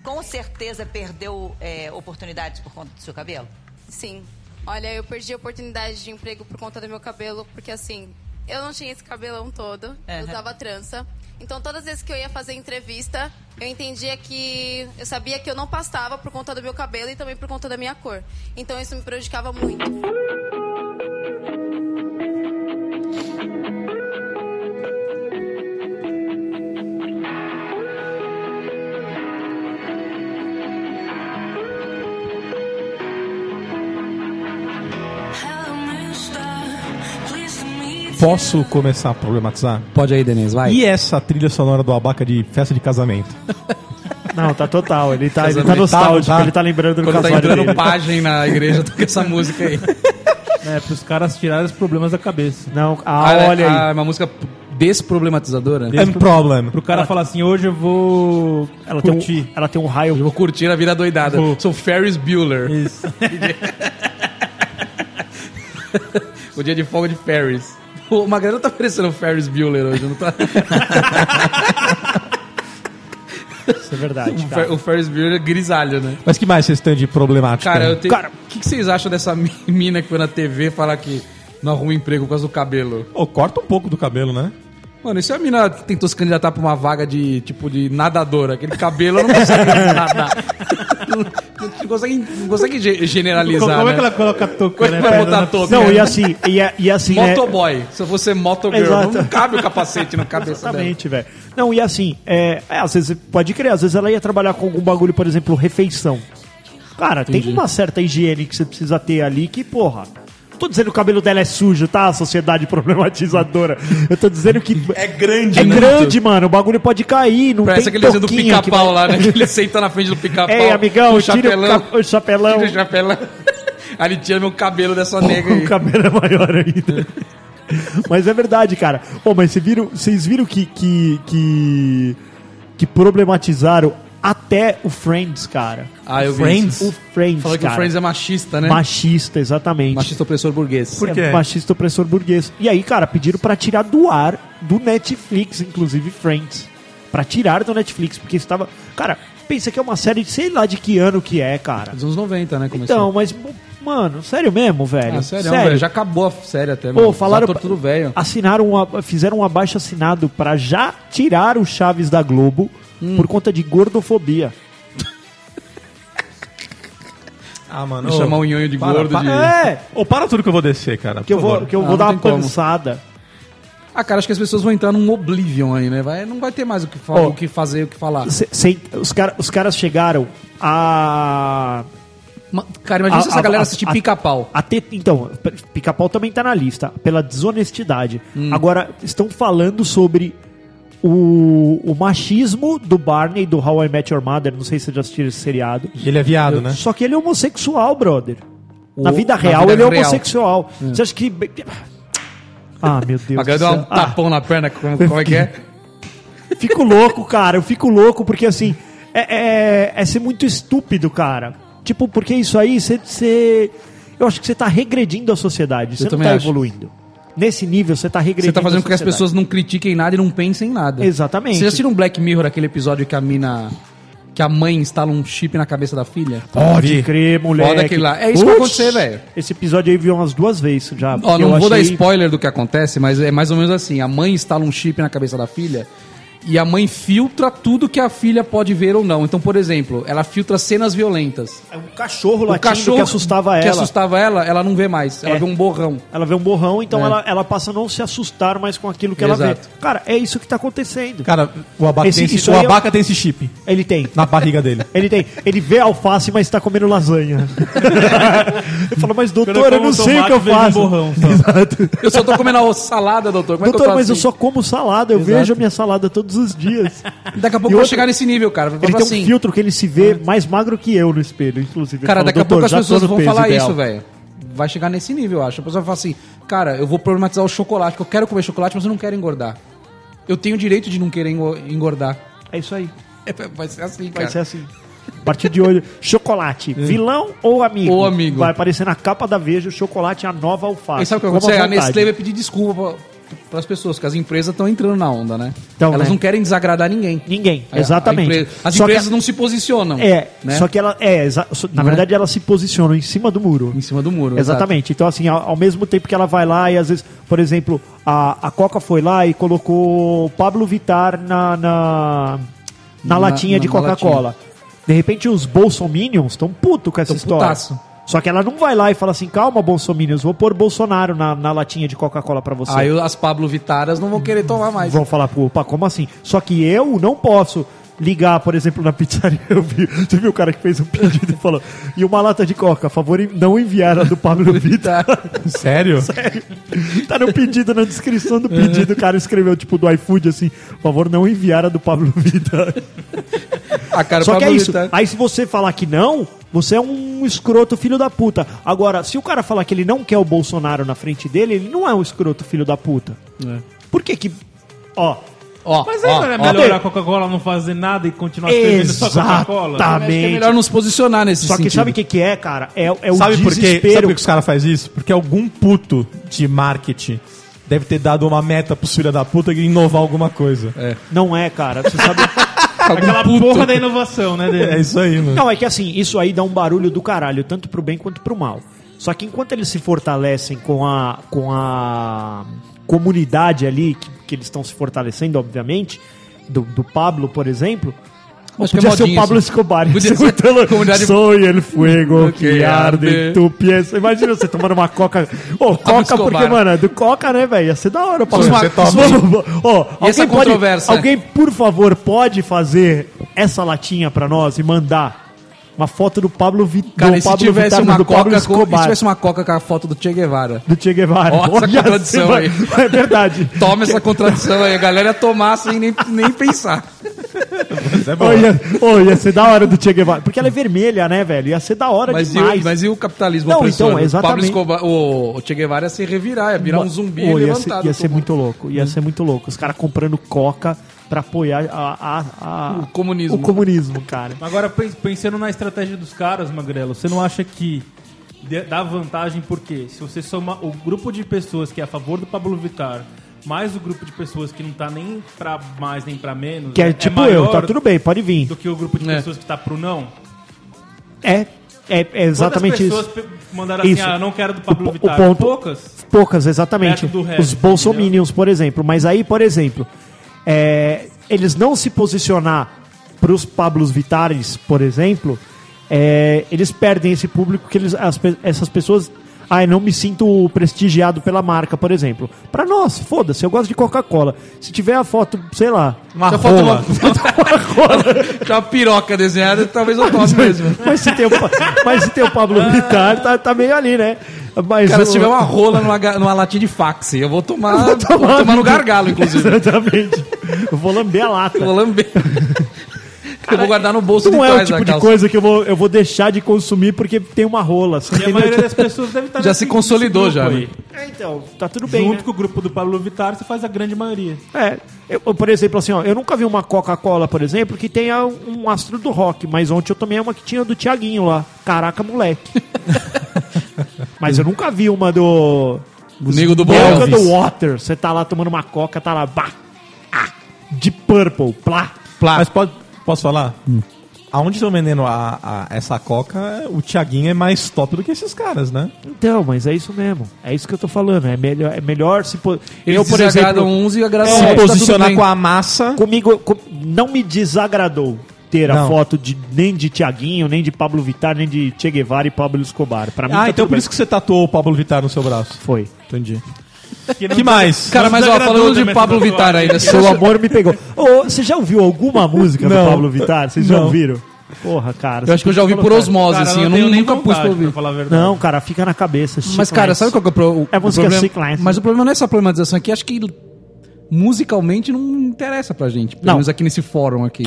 Com certeza perdeu é, oportunidades por conta do seu cabelo?
Sim. Olha, eu perdi a oportunidade de emprego por conta do meu cabelo, porque assim, eu não tinha esse cabelão todo, eu
Aham.
usava trança. Então, todas as vezes que eu ia fazer entrevista, eu entendia que. Eu sabia que eu não passava por conta do meu cabelo e também por conta da minha cor. Então, isso me prejudicava muito. Hello, mister. Pleased to meet
Posso começar a problematizar?
Pode aí, Denise, vai.
E essa trilha sonora do Abaca de festa de casamento?
Não, tá total. Ele tá, ele tá
Casamento.
nostálgico,
Tá, tá.
ele tá lembrando do
Quando tá
casório
entrando
dele.
pajem na igreja, toca essa música aí.
É, pros caras tirarem os problemas da cabeça.
Não, ah, olha aí.
Ah, é uma música desproblematizadora.
É um problem.
Pro cara falar assim, hoje eu vou
Ela tem,
curtir.
um, ela tem um raio.
Vou curtir a vida doidada.
Vou.
Sou Ferris Bueller.
Isso.
O dia de folga de Ferris. O Magrelo tá parecendo o Ferris Bueller hoje, não tá?
Isso é verdade,
O,
cara.
Fer- o Ferris Bueller é grisalho, né?
Mas que mais vocês têm de problemático?
Cara, eu tenho.
Cara-
O que, que vocês acham dessa mi- mina que foi na TV falar que não arruma emprego por causa do cabelo?
Ô, corta um pouco do cabelo, né?
Mano, isso é a mina que tentou se candidatar pra uma vaga de, tipo, de nadadora. Aquele cabelo não consegue nadar. Não, não consegue, não consegue ge- generalizar,
Como é
né?
que ela coloca a touca,
Como é
né?
que vai botar touca?
Não, e assim, e, a- e assim, né?
Motoboy. Se eu fosse motogirl,
Exato.
não cabe o capacete na cabeça dela.
Exatamente, velho. Não, e assim, é, é, às vezes você pode crer, às vezes ela ia trabalhar com algum bagulho, por exemplo, refeição. Cara, tem uma certa higiene que você precisa ter ali que, porra. Não tô dizendo que o cabelo dela é sujo, tá? Sociedade problematizadora. Eu tô dizendo que. É grande, É
né?
grande, mano. O bagulho pode cair, não
Parece
tem
aquele desenho do
touquinha que
pica-pau
vai-
lá, né? Que ele senta na frente do pica-pau.
Ei, amigão,
com
tira o ca- o chapelão.
Tira o chapelão. Aí ele tira meu cabelo dessa nega aí.
O cabelo é maior ainda. mas é verdade, cara. Pô, mas vocês viram, vocês viram que, que, que, que problematizaram até o Friends, cara.
Ah, eu vi
Friends?
isso.
O Friends,
Falou que
cara.
o Friends é machista, né?
Machista, exatamente.
Machista opressor burguês.
Por quê?
É machista opressor burguês. E aí, cara, pediram pra tirar do ar do Netflix, inclusive Friends. Pra tirar do Netflix, porque estava. Cara, pensa que é uma série de sei lá de que ano que é, cara.
Dos anos 90, né? Começou.
Então, mas, mano, sério mesmo, velho?
ah, sério, velho. Já acabou a série até, mano.
Pô,
Os
falaram.
atores tudo velho.
Assinaram um a- fizeram um abaixo assinado pra já tirar o Chaves da Globo
Hum.
por conta de gordofobia.
Ah, mano.
Me
ô,
chamar um nhonho de
para,
gordo
para-
de-
É! Ô, para tudo que eu vou descer, cara.
Que eu
por
vou,
favor.
que eu
Ah,
vou
não
dar
tem
uma
como.
pançada.
Ah, cara, acho que as pessoas vão entrar num oblivion aí, né? Vai, não vai ter mais o que, fa-
Ó.
o que fazer, o que falar.
Se- sem- os, cara- os caras chegaram a.
Ma- Cara, imagina
a-
se essa
a-
galera
a-
assistir
a-
pica-pau.
a ter- então, p- pica-pau também tá na lista, pela desonestidade.
Hum.
Agora, estão falando sobre o, o machismo do Barney, do How I Met Your Mother. Não sei se vocês já assistiram esse seriado.
E Ele é viado, né?
Só que ele é homossexual, brother.
O-
na vida
na
real,
vida
ele é
real. Hum.
homossexual. Você acha que. Ah, meu Deus.
A
do
galera dá um
céu. Ah,
tapão na perna, como, como é que é?
fico louco, cara. Eu fico louco porque, assim, é, é, é ser muito estúpido, cara. Tipo, porque isso aí, você- você. Eu acho que você tá regredindo a sociedade. Você não
também
tá
acho.
evoluindo. Nesse nível, você tá regredindo.
Você tá fazendo
a
com que as
sociedade.
pessoas não critiquem nada e não pensem em nada.
Exatamente.
Você já assistiu um Black Mirror, aquele episódio que a mina... Que a mãe instala um chip na cabeça da filha?
Pode crer, moleque.
Foda aquele lá. É isso que vai
Putz,
acontecer, velho.
Esse episódio aí viu umas duas vezes já.
Ó,
porque
não
eu
vou dar
achei-
spoiler do que acontece, mas é mais ou menos assim. A mãe instala um chip na cabeça da filha e a mãe filtra tudo que a filha pode ver ou não. Então, por exemplo, ela filtra cenas violentas.
É um cachorro
O
latindo
cachorro
que assustava
Que
ela.
assustava ela, ela não vê mais. Ela
É.
vê um borrão.
Ela vê um borrão, então
É.
ela, ela passa a não se assustar mais com aquilo que ela
Exato.
vê. Cara, é isso que tá acontecendo.
Cara, o Abaca,
Esse-
tem, esse,
isso
o
aí é-
abaca tem esse chip
Ele tem.
na barriga dele.
Ele tem. Ele vê alface, mas tá comendo lasanha. Ele fala, mas
Quando
doutor,
eu
eu não
como
sei o que eu
tomate, vejo um
faço.
borrão só.
Exato.
Eu só tô comendo a salada, doutor. Como é que
doutor,
eu tô
mas eu
assim?
só como salada, eu
Exato.
vejo a minha salada todos os dias.
Daqui a pouco
E
eu vou
outro-
chegar nesse nível, cara. Vou
Ele
falar
tem um
assim,
filtro que ele se vê mais magro que eu no espelho, inclusive. Ele
Cara,
fala,
daqui a
"Doutor,
pouco as
já tô
pessoas
no
vão
peso
falar
ideal."
isso, velho. Vai chegar nesse nível, eu acho. A pessoa vai falar assim, cara, eu vou problematizar o chocolate, porque eu quero comer chocolate, mas eu não quero engordar. Eu tenho o direito de não querer engo- engordar.
É isso aí.
É, vai ser assim,
Vai
cara. É.
ser assim. A partir de hoje, chocolate, vilão ou amigo?
Ou amigo.
Vai aparecer na capa da Veja, o chocolate é a nova alface.
E sabe o que
Coma à
acontece? A
vontade.
Nestlé vai pedir desculpa para as pessoas, porque as empresas estão entrando na onda, né?
Então,
Elas
né?
não querem desagradar ninguém.
Ninguém,
É, A- a
exatamente.
empresa- as
Só que
empresas
a-
não se posicionam.
É,
né?
só que ela é, exa- so- na
Não é?
verdade ela se posiciona em cima do muro.
Em cima do muro.
Exatamente. Então assim, ao, ao mesmo tempo que ela vai lá e às vezes, por exemplo, a, a Coca foi lá e colocou Pablo Vittar na na, na
Na-
latinha
na-
de
na
Coca-Cola. De repente os Bolsominions estão puto com essa
Tão
história.
putaço.
Só que ela não vai lá e fala assim, calma, Bolsominions, vou pôr Bolsonaro na, na latinha de Coca-Cola pra você.
Aí as Pablo Vitaras não vão querer tomar mais.
Vão falar, pô, opa, como assim? Só que eu não posso ligar, por exemplo, na pizzaria. Eu vi, você viu o cara que fez um pedido e falou: e uma lata de coca, a favor, em- não enviar a do Pablo
Tá.
Vittar.
Sério?
Sério. Tá no pedido, na descrição do pedido, o cara escreveu, tipo, do iFood assim: por favor, não enviar a do Pablo Vittar.
Ah, cara,
Só
pra
que é isso.
aproveitar-
Aí se você falar que não, você é um escroto filho da puta. Agora, se o cara falar que ele não quer o Bolsonaro na frente dele, ele não é um escroto filho da puta. Por que que... Ó,
Ó,
Mas aí
ó,
não é
ó.
melhor a Coca-Cola não fazer nada e continuar servindo só Coca-Cola?
Acho que é
exatamente.
melhor não se posicionar nesse
Só que
sentido.
sabe o que que é, cara? É, é o
sabe por quê? Sabe por
desespero.
que os caras fazem isso? Porque algum puto de marketing deve ter dado uma meta pros filhos da puta de inovar alguma coisa. É,
Não é, cara. Você sabe...
Aquela porra da inovação, né, dele?
isso aí, mano.
Não, é que assim, isso aí dá um barulho do caralho, tanto pro bem quanto pro mal. Só que enquanto eles se fortalecem com a, com a comunidade ali, que, que eles estão se fortalecendo, obviamente, do, do Pablo, por exemplo.
Mas
podia
que é
ser o
modinha,
Pablo
assim.
Escobar. é
Podia
Você
ser
botando,
comunidade-
Soy el fuego
Que
que arde
arde."
em tu pies. Imagina você tomando uma coca. Ô, coca,
Escobar.
porque, mano, é do coca, né, velho? Ia ser da hora. Pablo.
Os ma-
Vamos- vamos- Ó,
E essa
alguém pode-
controvérsia?
Alguém, por favor, pode fazer essa latinha pra nós e mandar uma foto do Pablo Vittar.
Cara,
do
e se
Pablo
tivesse
Vittar, não,
uma
do Pablo
coca com, e se
Escobar,
tivesse uma coca com a foto do Che Guevara?
do Che Guevara.
Ó, essa
Olha,
contradição
você
aí.
vai- É verdade.
Toma essa contradição aí, a galera ia tomar sem nem, nem pensar.
é bom.
Olha, oh, ia ser da hora do Che Guevara. Porque ela é vermelha, né, velho? Ia ser da hora
Mas e,
demais.
o, mas e o capitalismo
Não,
opressor?
então, exatamente.
Pablo Escobar, o, o Che Guevara ia se revirar, ia virar um zumbi
Ô, ia ser,
levantado.
ia ser
como-
muito louco. Ia ser muito louco. Os caras comprando coca pra apoiar a- a- a-
O comunismo.
O comunismo, cara.
Agora, pens- pensando na estratégia dos caras, Magrelo, você não acha que de- dá vantagem porque se você soma o grupo de pessoas que é a favor do Pablo Vittar mais o grupo de pessoas que não tá nem pra mais nem pra menos,
Que é tipo eu, tá tudo bem, pode vir.
do que o grupo de
É.
pessoas que tá pro não?
É, é, é exatamente
Quantas
isso.
pessoas pe- mandaram assim,
Isso.
ah, não quero do Pablo
O po- o
Vittar?
ponto-
Poucas?
Poucas, exatamente.
Perto do resto,
Os bolsominions, por exemplo. Mas aí, por exemplo, é, eles não se posicionar para os Pablos Vitares, por exemplo, é, eles perdem esse público que eles, as pe- essas pessoas. Ah, eu não me sinto prestigiado pela marca, por exemplo. Pra nós, foda-se, eu gosto de Coca-Cola. Se tiver a foto, sei lá.
Uma
Tinha foto de uma-
rola.
Tinha uma piroca desenhada, talvez eu tome mesmo.
Mas se tem o, Pa- mas se tem o Pablo
Ah.
Vittar, tá, tá meio ali, né? Mas
Cara,
o-
se tiver uma rola numa, ga- numa latinha de fax, eu vou tomar, vou tomar, no gargalo, inclusive.
Exatamente. Eu vou lamber a lata.
Eu vou lamber. eu vou guardar no bolso de
Não é o
trás
tipo
da
de
calça.
coisa que eu vou, eu vou deixar de consumir porque tem uma rola. assim,
E a
né?
maioria das pessoas deve tá estar
Já se consolidou, já, né?
É, então, tá tudo bem.
Junto
né?
com o grupo do Pablo Vittar, você faz a grande maioria.
É, eu, por exemplo, assim, ó, eu nunca vi uma Coca-Cola, por exemplo, que tenha um astro do rock, mas ontem eu tomei uma que tinha do Tiaguinho lá. Caraca, moleque. mas eu nunca vi uma do.
Nego do
Boca
Boelvis.
do Water. Você tá lá tomando uma Coca, tá lá, bah, ah, de Purple, plá.
Mas pode, posso falar? Aonde estão vendendo a, a- essa coca, o Thiaguinho é mais top do que esses caras, né?
Então, mas é isso mesmo. É isso que eu tô falando. É melhor, é melhor se. po-
Eles
eu, por
desagradam
exemplo, É,
uns e agradam
Se
outros, tá tudo
posicionar
bem.
com a massa.
comigo com- não me desagradou ter a
Não.
foto de nem de Tiaguinho, nem de Pablo Vittar, nem de Che Guevara e Pablo Escobar. Pra mim,
Ah,
tá
então
tudo
por
bem.
isso que você tatuou o Pablo Vittar no seu braço.
foi.
Entendi. que mais?
Cara, mas ó, falando
né,
de Pablo Vittar ainda,
Seu
seu amor.
amor me pegou. Ô, você já ouviu alguma música do
Não.
Pablo Vittar? Vocês já
Não.
ouviram? Porra, cara.
Eu acho que eu já ouvi por osmose,
Cara,
assim, eu
tenho
não,
nem
nunca pus pra
vontade,
ouvir.
falar a verdade.
Não, cara, fica na cabeça.
Mas,
Chico
cara,
Lights.
sabe qual que é o, pro, o,
É a
o
música
problema?
Sick Lines.
Mas o problema não é essa problematização aqui, acho que musicalmente não interessa pra gente. Pelo
Não.
menos aqui nesse fórum aqui.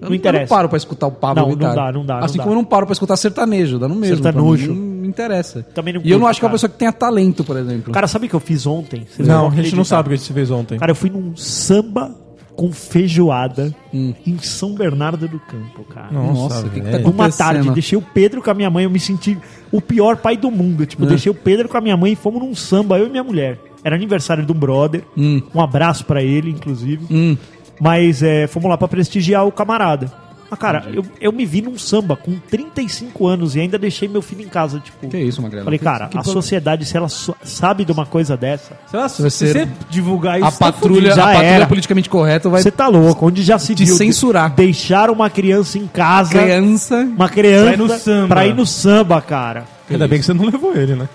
Eu
Não interessa.
Eu não paro pra escutar o Pablo
Não, não
Vittar.
dá, não dá, não
Assim
dá.
como eu não paro pra escutar sertanejo, dá no mesmo. pra
Sertanujo.
mim, Não me interessa.
Também não
e eu não
curto,
acho que é uma
cara.
pessoa que tenha talento, por exemplo.
Cara, sabe o que eu fiz ontem? Vocês
Não,
vão
a gente não
acreditar.
sabe o que a gente fez ontem.
Cara, eu fui num samba com feijoada em São Bernardo do Campo, cara.
Hum. nossa, o que que tá
velho.
Uma
Acontecendo.
tarde, deixei o Pedro com a minha mãe, eu me senti o pior pai do mundo. Tipo,
É.
deixei o Pedro com a minha mãe e fomos num samba, eu e minha mulher. Era aniversário de um brother,
Hum.
um abraço pra ele, inclusive. Mas é, fomos lá pra prestigiar o camarada. Mas, cara, eu, eu me vi num samba com 35 anos e ainda deixei meu filho em casa, tipo.
Que isso, Magrela?
Falei, cara,
Que
a
pro-
sociedade, se ela so- sabe de uma coisa dessa,
Sei lá, se
Você-
você, divulgar isso,
a
tá
patrulha,
já
a patrulha
era.
politicamente correta vai
você tá louco, onde já se
te
viu
censurar.
deixar uma criança em casa,
criança.
uma criança
Pra ir no samba.
pra ir no samba, cara.
Ainda bem que você não levou ele, né?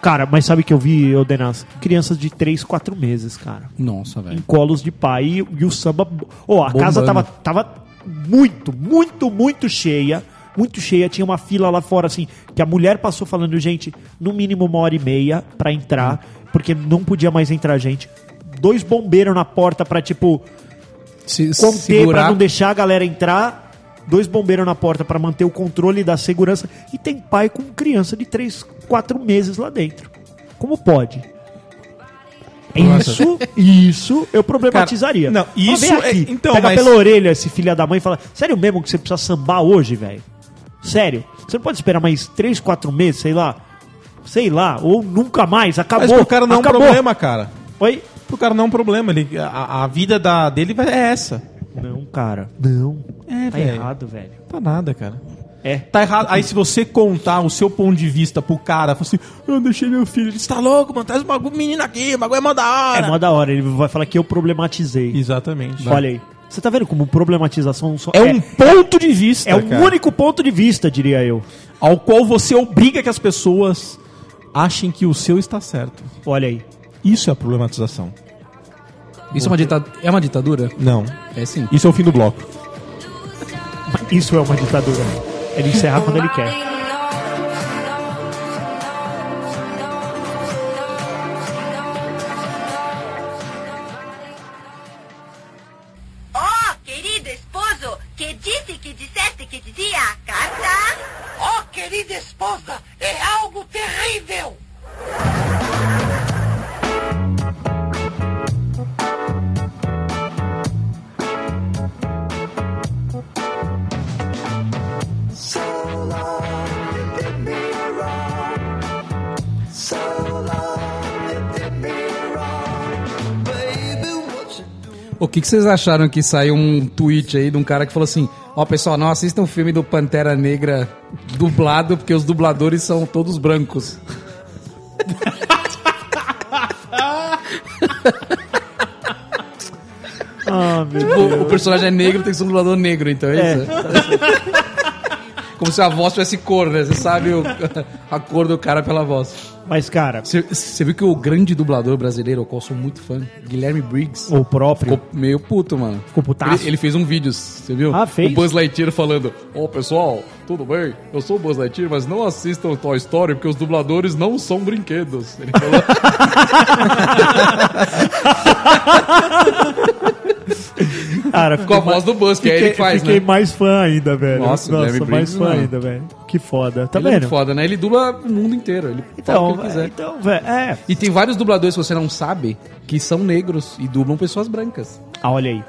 Cara, mas sabe que eu vi, Odenas? Crianças de 3, 4 meses, cara.
Nossa,
Em
velho.
colos de pai e, e o samba. Ô, a
É. Bombando.
casa tava, tava muito, muito, muito cheia. Muito cheia, tinha uma fila lá fora, assim, que a mulher passou falando, gente, no mínimo uma hora e meia pra entrar, porque não podia mais entrar gente. Dois bombeiros na porta pra, tipo,
Se
conter pra
segurar.
não deixar a galera entrar. Dois bombeiros na porta pra manter o controle da segurança. E tem pai com criança de 3, 4 meses lá dentro. Como pode? É Isso, isso eu problematizaria.
Cara, não,
Fala,
isso
vem
é- então,
Pega
mas-
pela orelha esse filho da mãe e fala: Sério mesmo que você precisa sambar hoje, velho? Sério? Você não pode esperar mais 3, 4 meses, sei lá? Sei lá, ou nunca mais, acabou.
Mas pro cara não é um
acabou.
problema, cara.
Oi?
Pro cara não é um problema. Ele, a, a vida da, dele vai- é essa.
Não, cara, não.
É,
tá
velho.
errado, velho.
Tá nada, cara.
É.
Tá errado. Aí se você contar o seu ponto de vista pro cara, fala assim, eu deixei meu filho. Ele, Você tá louco, mano?
um
Traz o bagulho menino aqui, o bagulho é mó da hora.
É mó da hora, ele vai falar que eu problematizei.
Exatamente.
Olha aí. Você tá vendo como problematização só
É um ponto de vista,
é um
cara,
único ponto de vista, diria eu.
ao qual você obriga que as pessoas achem que o seu está certo.
Olha aí.
Isso é a problematização.
Isso é uma, ditad... é uma ditadura?
Não.
É sim.
Isso é o fim do bloco.
Isso é uma ditadura. Ele encerra quando ele quer.
Oh, querido esposo, que disse que disseste que dizia a carta?
Oh, querida esposa, é algo terrível!
O que, que vocês acharam que saiu um tweet aí de um cara que falou assim: Ó, pessoal, não assistam o filme do Pantera Negra dublado, porque os dubladores são todos brancos.
Ah, meu Deus.
O, o personagem é negro, tem que ser um dublador negro, então é, isso? Como se a voz tivesse cor, né? Você sabe o- a cor do cara pela voz.
Mas, cara,
Você, você viu que o grande dublador brasileiro, ao qual eu sou muito fã, Guilherme Briggs,
o próprio.
ficou meio puto, mano.
Ficou putaço?
Ele, ele fez um vídeo, você viu?
Ah, fez?
O Buzz Lightyear falando: Ô pessoal, tudo bem? Eu sou o Buzz Lightyear, mas não assistam Toy Story porque os dubladores não são brinquedos. Ele é falou.
Cara,
com a
fiquei
voz do Buzz, que é ele que faz,
fiquei
né?
mais fã ainda, velho.
Nossa, Guilherme
mais
Briggs,
fã
mano.
ainda, velho. Que foda. Tá
Ele é
vendo?
muito foda, né? Ele dubla o mundo inteiro. Ele fala o
Então,
que ele quiser.
então, velho, é.
E tem vários dubladores que você não sabe que são negros e dublam pessoas brancas.
Ah, olha aí.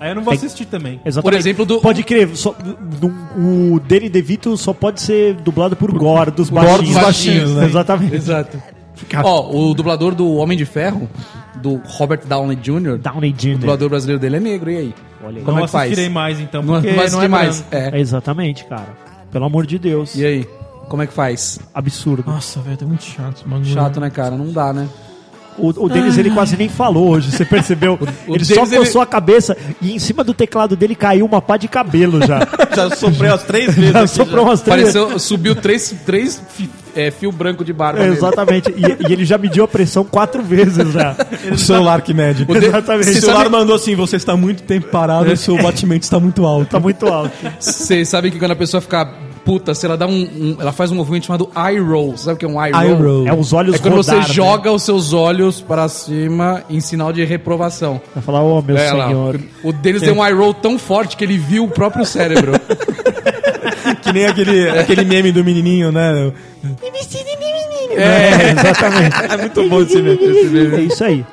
Aí eu não vou
Tem-
assistir também.
Exatamente.
Por exemplo, do-
Pode crer, só, do- o Danny DeVito só pode ser dublado por Gore dos
Gore
baixinhos.
dos baixinhos, né?
Exatamente.
Exato. Ó, o dublador do Homem de Ferro, do Robert Downey Jr.,
Downey
o
Jr.
dublador brasileiro dele é negro, e aí?
Olha aí.
Não
Como é que faz?
assistirei mais, então,
Não,
porque
não assiste
não é
mais.
branco.
É.
É, Exatamente, cara. Pelo amor de Deus.
E aí? Como é que faz?
Absurdo.
Nossa, velho, tá muito chato. Mano.
Chato, né, cara? Não dá, né?
O, o Denis, ele quase nem falou hoje, você percebeu?
o
ele
Denis,
só
ele-
coçou a cabeça e em cima do teclado dele caiu uma pá de cabelo já.
Já sofreu as três vezes.
já
aqui,
soprou umas três
Pareceu, subiu três, três fi- é, fio branco de barba.
É,
nele.
Exatamente. E, e ele já mediu a pressão quatro vezes já.
O celular que mede.
O de-
Exatamente.
tá- O É.
Cê
celular
sabe-
mandou assim, você está muito tempo parado, o seu batimento está muito alto.
Tá muito alto.
É Vocês sabem que quando a pessoa fica puta, se ela dá um, um- Ela faz um movimento chamado eye roll. Sabe o que é um eye roll?
Eye roll.
É os olhos
É quando
rodar,
você
né?
joga os seus olhos para cima em sinal de reprovação.
Vai falar, ô meu
É, lá,
senhor.
o Denis deu um eye roll tão forte que ele viu o próprio cérebro.
Que nem aquele, aquele meme do menininho, né?
É, exatamente.
É muito bom esse meme.
É isso aí.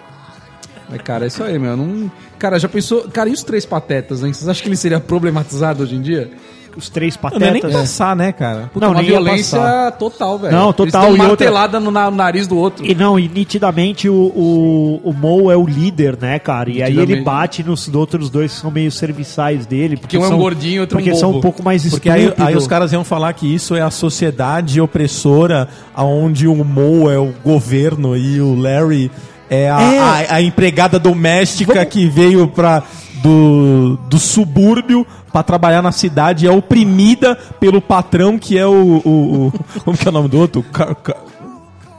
Mas, cara, é isso aí, meu. Não... Cara, já pensou. Cara, e os três patetas, hein? Vocês acham que ele seria problematizado hoje em dia?
Os três
Não é nem
patetas.
passar, né, cara?
Puta,
Não,
uma
nem ia
violência
passar.
total, velho.
Não, total,
Eles
e
dão
outra-
martelada no, na- no nariz do outro.
E não, e nitidamente o, o, o Mo é o líder, né, cara? E aí ele
Nitidamente.
bate nos outros dois que são meio serviçais dele. Porque
Que um é um
são,
gordinho e outro é um
Porque são
bobo.
um pouco mais
Porque aí,
estúpidos.
aí os caras iam falar que isso é a sociedade opressora, onde o Mo é o governo e o Larry é a,
É.
a- a empregada doméstica que veio pra, do, do subúrbio pra trabalhar na cidade e é oprimida pelo patrão que é o. o- o- como que é o nome do outro? O Car- Car-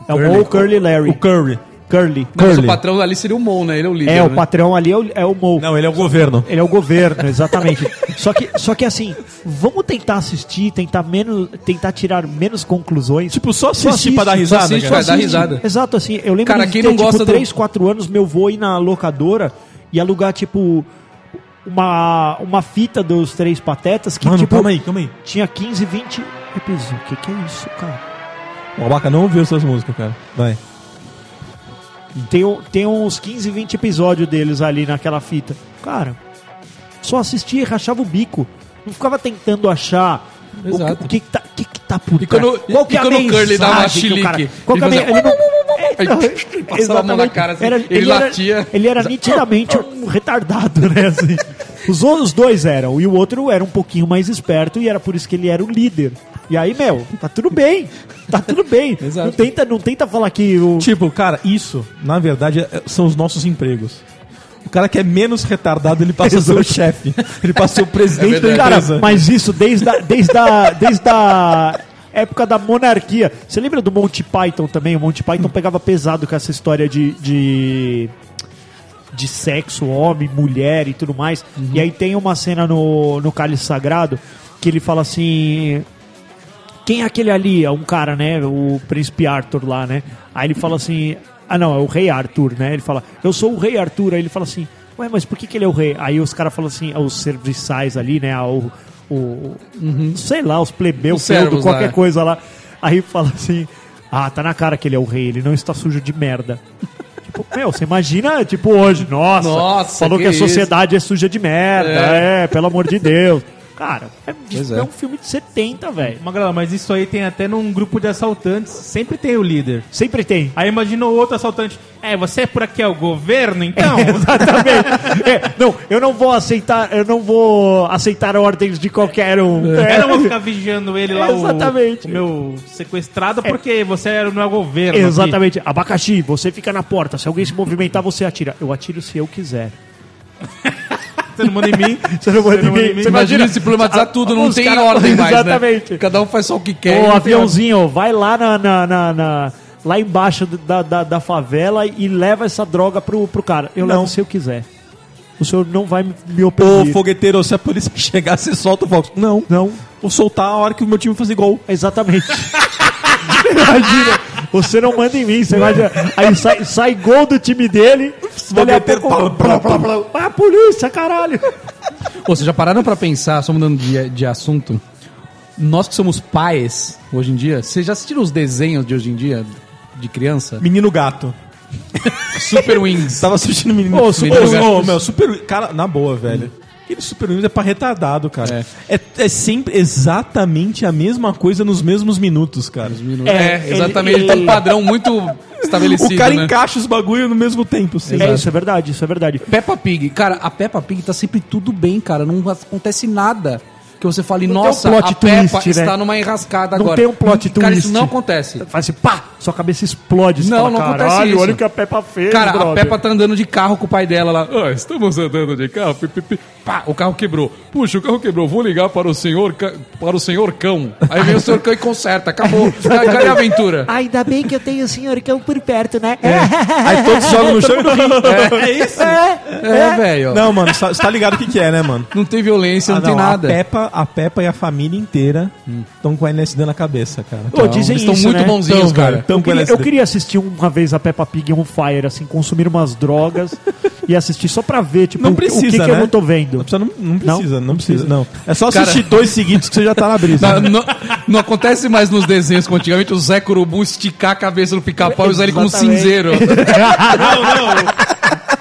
É o Mo, Curly Larry.
o Curry.
Curly.
Mas é o patrão ali seria o Mon, né? Ele é o líder.
É, o
né?
patrão ali é o, é o Mo.
Não, ele é o governo.
Ele é o governo, exatamente. só, que, só que assim, vamos tentar assistir, tentar menos, tentar tirar menos conclusões.
Tipo, só assistir
assiste,
pra dar risada,
só assiste,
cara.
só
Vai dar
assiste.
risada.
Exato, assim, eu lembro
Cara,
de
quem
ter,
não gosta
tipo,
do-
3, 4 anos, meu vô ir na locadora e alugar, tipo, uma, uma fita dos Três Patetas que,
Mano,
tipo,
calma aí, calma aí.
tinha 15, 20 episódios. O que, que é isso, cara?
O Abaca não ouviu essas músicas, cara. Vai.
Tem, um- tem uns 15, 20 episódios deles ali naquela fita. Cara, só assistia e rachava o bico. Não ficava tentando achar o-
Exato.
o, que, que tá, o que que tá por
E quando-
trás.
e quando o Curly dava uma
mensagem que o cara-
chilique,
Qual que é a
ele
men- ele não- Então,
Aí, passava a mão na cara, assim, ele latia.
Era, ele era nitidamente um retardado, né? assim. Os outros dois eram, e o outro era um pouquinho mais esperto, e era por isso que ele era o líder. E aí, meu, tá tudo bem. Tá tudo bem.
Exato.
Não tenta, não tenta falar que o.
Tipo, cara, isso, na verdade, é- são os nossos empregos. O cara que é menos retardado, ele passa a ser o chefe. Ele passa a ser o presidente da
Cara,
empresa.
mas isso desde a, desde a, desde a época da monarquia. Você lembra do Monty Python também? O Monty Python pegava pesado com essa história de. de de sexo, homem, mulher e tudo mais.
Uhum.
E aí tem uma cena no, no Cálice Sagrado que ele fala assim: quem é aquele ali? É um cara, né? O príncipe Arthur lá, né? Aí ele fala assim: Ah, não, é o rei Arthur, né? Ele fala: Eu sou o rei Arthur. Aí ele fala assim: Ué, mas por que, que ele é o rei? Aí os caras falam assim: ah, Os serviçais ali, né? ah, O, o, Sei lá, os plebeus,
Uhum. Os
feudo,
servos
qualquer
lá.
coisa lá. Aí fala assim: Ah, tá na cara que ele é o rei, ele não está sujo de merda. Tipo, Meu, você imagina, tipo, hoje, nossa,
Nossa,
falou que,
que
a
isso.
sociedade é suja de merda, é, pelo amor de Deus. Cara, é,
é.
é um filme de 70, velho.
Magrela, mas isso aí tem até num grupo de assaltantes, sempre tem o líder.
Sempre tem.
Aí imagina o outro assaltante. É, você por aqui é o governo, então?
Exatamente. É, não, eu não vou aceitar, eu não vou aceitar ordens de qualquer um.
Eu não vou
É.
ficar vigiando ele lá, o-
Exatamente.
O, meu sequestrado, porque você era- não é governo. aqui.
Exatamente. Abacaxi, você fica na porta. Se alguém se movimentar, você atira. Eu atiro se eu quiser.
Você não manda em mim.
Você não manda em mim, você vai-
Imagina
Imagina,
se problematizar
a-
tudo, não
os
tem
cara-
ordem mais, né?
Exatamente.
Cada um faz só o que quer.
Ô,
não tem
aviãozinho, vai lá na, na- na- na- lá embaixo da, da, da favela e leva essa droga pro, pro cara. Eu
Não.
levo se eu quiser. O senhor não vai me
Ô,
oprimir.
fogueteiro, se a polícia chegar, você solta o Fox. Não.
Não.
Vou soltar a hora que o meu time fazer gol.
Exatamente. Imagina, você não manda em mim, você imagina. Aí sai, sai gol do time dele. Dali a
meter
pouco-
pau, pau,
Ah, polícia, caralho.
Pô, vocês já pararam pra pensar, só mudando de, de assunto? Nós que somos pais hoje em dia, vocês já assistiram os desenhos de hoje em dia, de criança?
Menino gato.
Super Wings.
Tava assistindo menino.
Ô, Super
Ô,
Gato.
ô, meu, super. Cara, na boa, velho. Aquele Super News é pra retardado, cara. É. é sempre exatamente a mesma coisa nos mesmos minutos, cara.
É,
ele-
exatamente.
ele-
Tem um padrão muito estabelecido,
o cara
né?
encaixa os bagulho no mesmo tempo, assim.
É isso, é verdade, isso é verdade.
Peppa Pig. Cara, a Peppa Pig tá sempre tudo bem, cara. Não acontece nada que você fale,
Não tem um
nossa,
plot
a Peppa
twist,
está
né?
numa enrascada
Não
agora. Hum,
tem um plot
Cara, isso
twist.
não acontece.
Faz assim, pá, sua cabeça explode. você
Não, não acontece
Caralho,
isso."
olha o que a Peppa fez,
Cara, a
brother."
Peppa tá andando de carro com o pai dela lá. Ah, estamos andando de carro. pi, pi, pi. Pá, o carro quebrou. Puxa, o carro quebrou. Vou ligar para o senhor, ca- para o senhor cão. Aí vem o senhor cão e conserta. Acabou. Cara, Cadê a aventura?
Ainda bem que eu tenho o senhor cão por perto, né?
É,
Aí todos jogam no chão e não ri.
É, velho. Não.
Não, mano, você tá ligado o que, que é, né, mano?
tem violência,
Ah,
não, tem nada.
A Peppa, a Peppa e a família inteira estão com a LSD na cabeça, cara.
Pô, dizem
eles estão
isso,
muito
né?
bonzinhos,
Então, Tão,
cara.
velho, tão
eu,
com
queria,
LSD.
eu queria assistir uma vez a Peppa Pig on Fire, assim, consumir umas drogas e assistir só pra ver, tipo,
Não
o que-
precisa,
o que, que eu
né?
não tô vendo.
Não precisa, não, não precisa, não, precisa, não. É só
Cara-
assistir dois seguidos que você já tá na brisa.
Tá, Não, não acontece mais nos desenhos como antigamente o Zé Curubu esticar a cabeça do pica-pau e usar ele como
Exatamente.
cinzeiro.
Ah,
Não, não.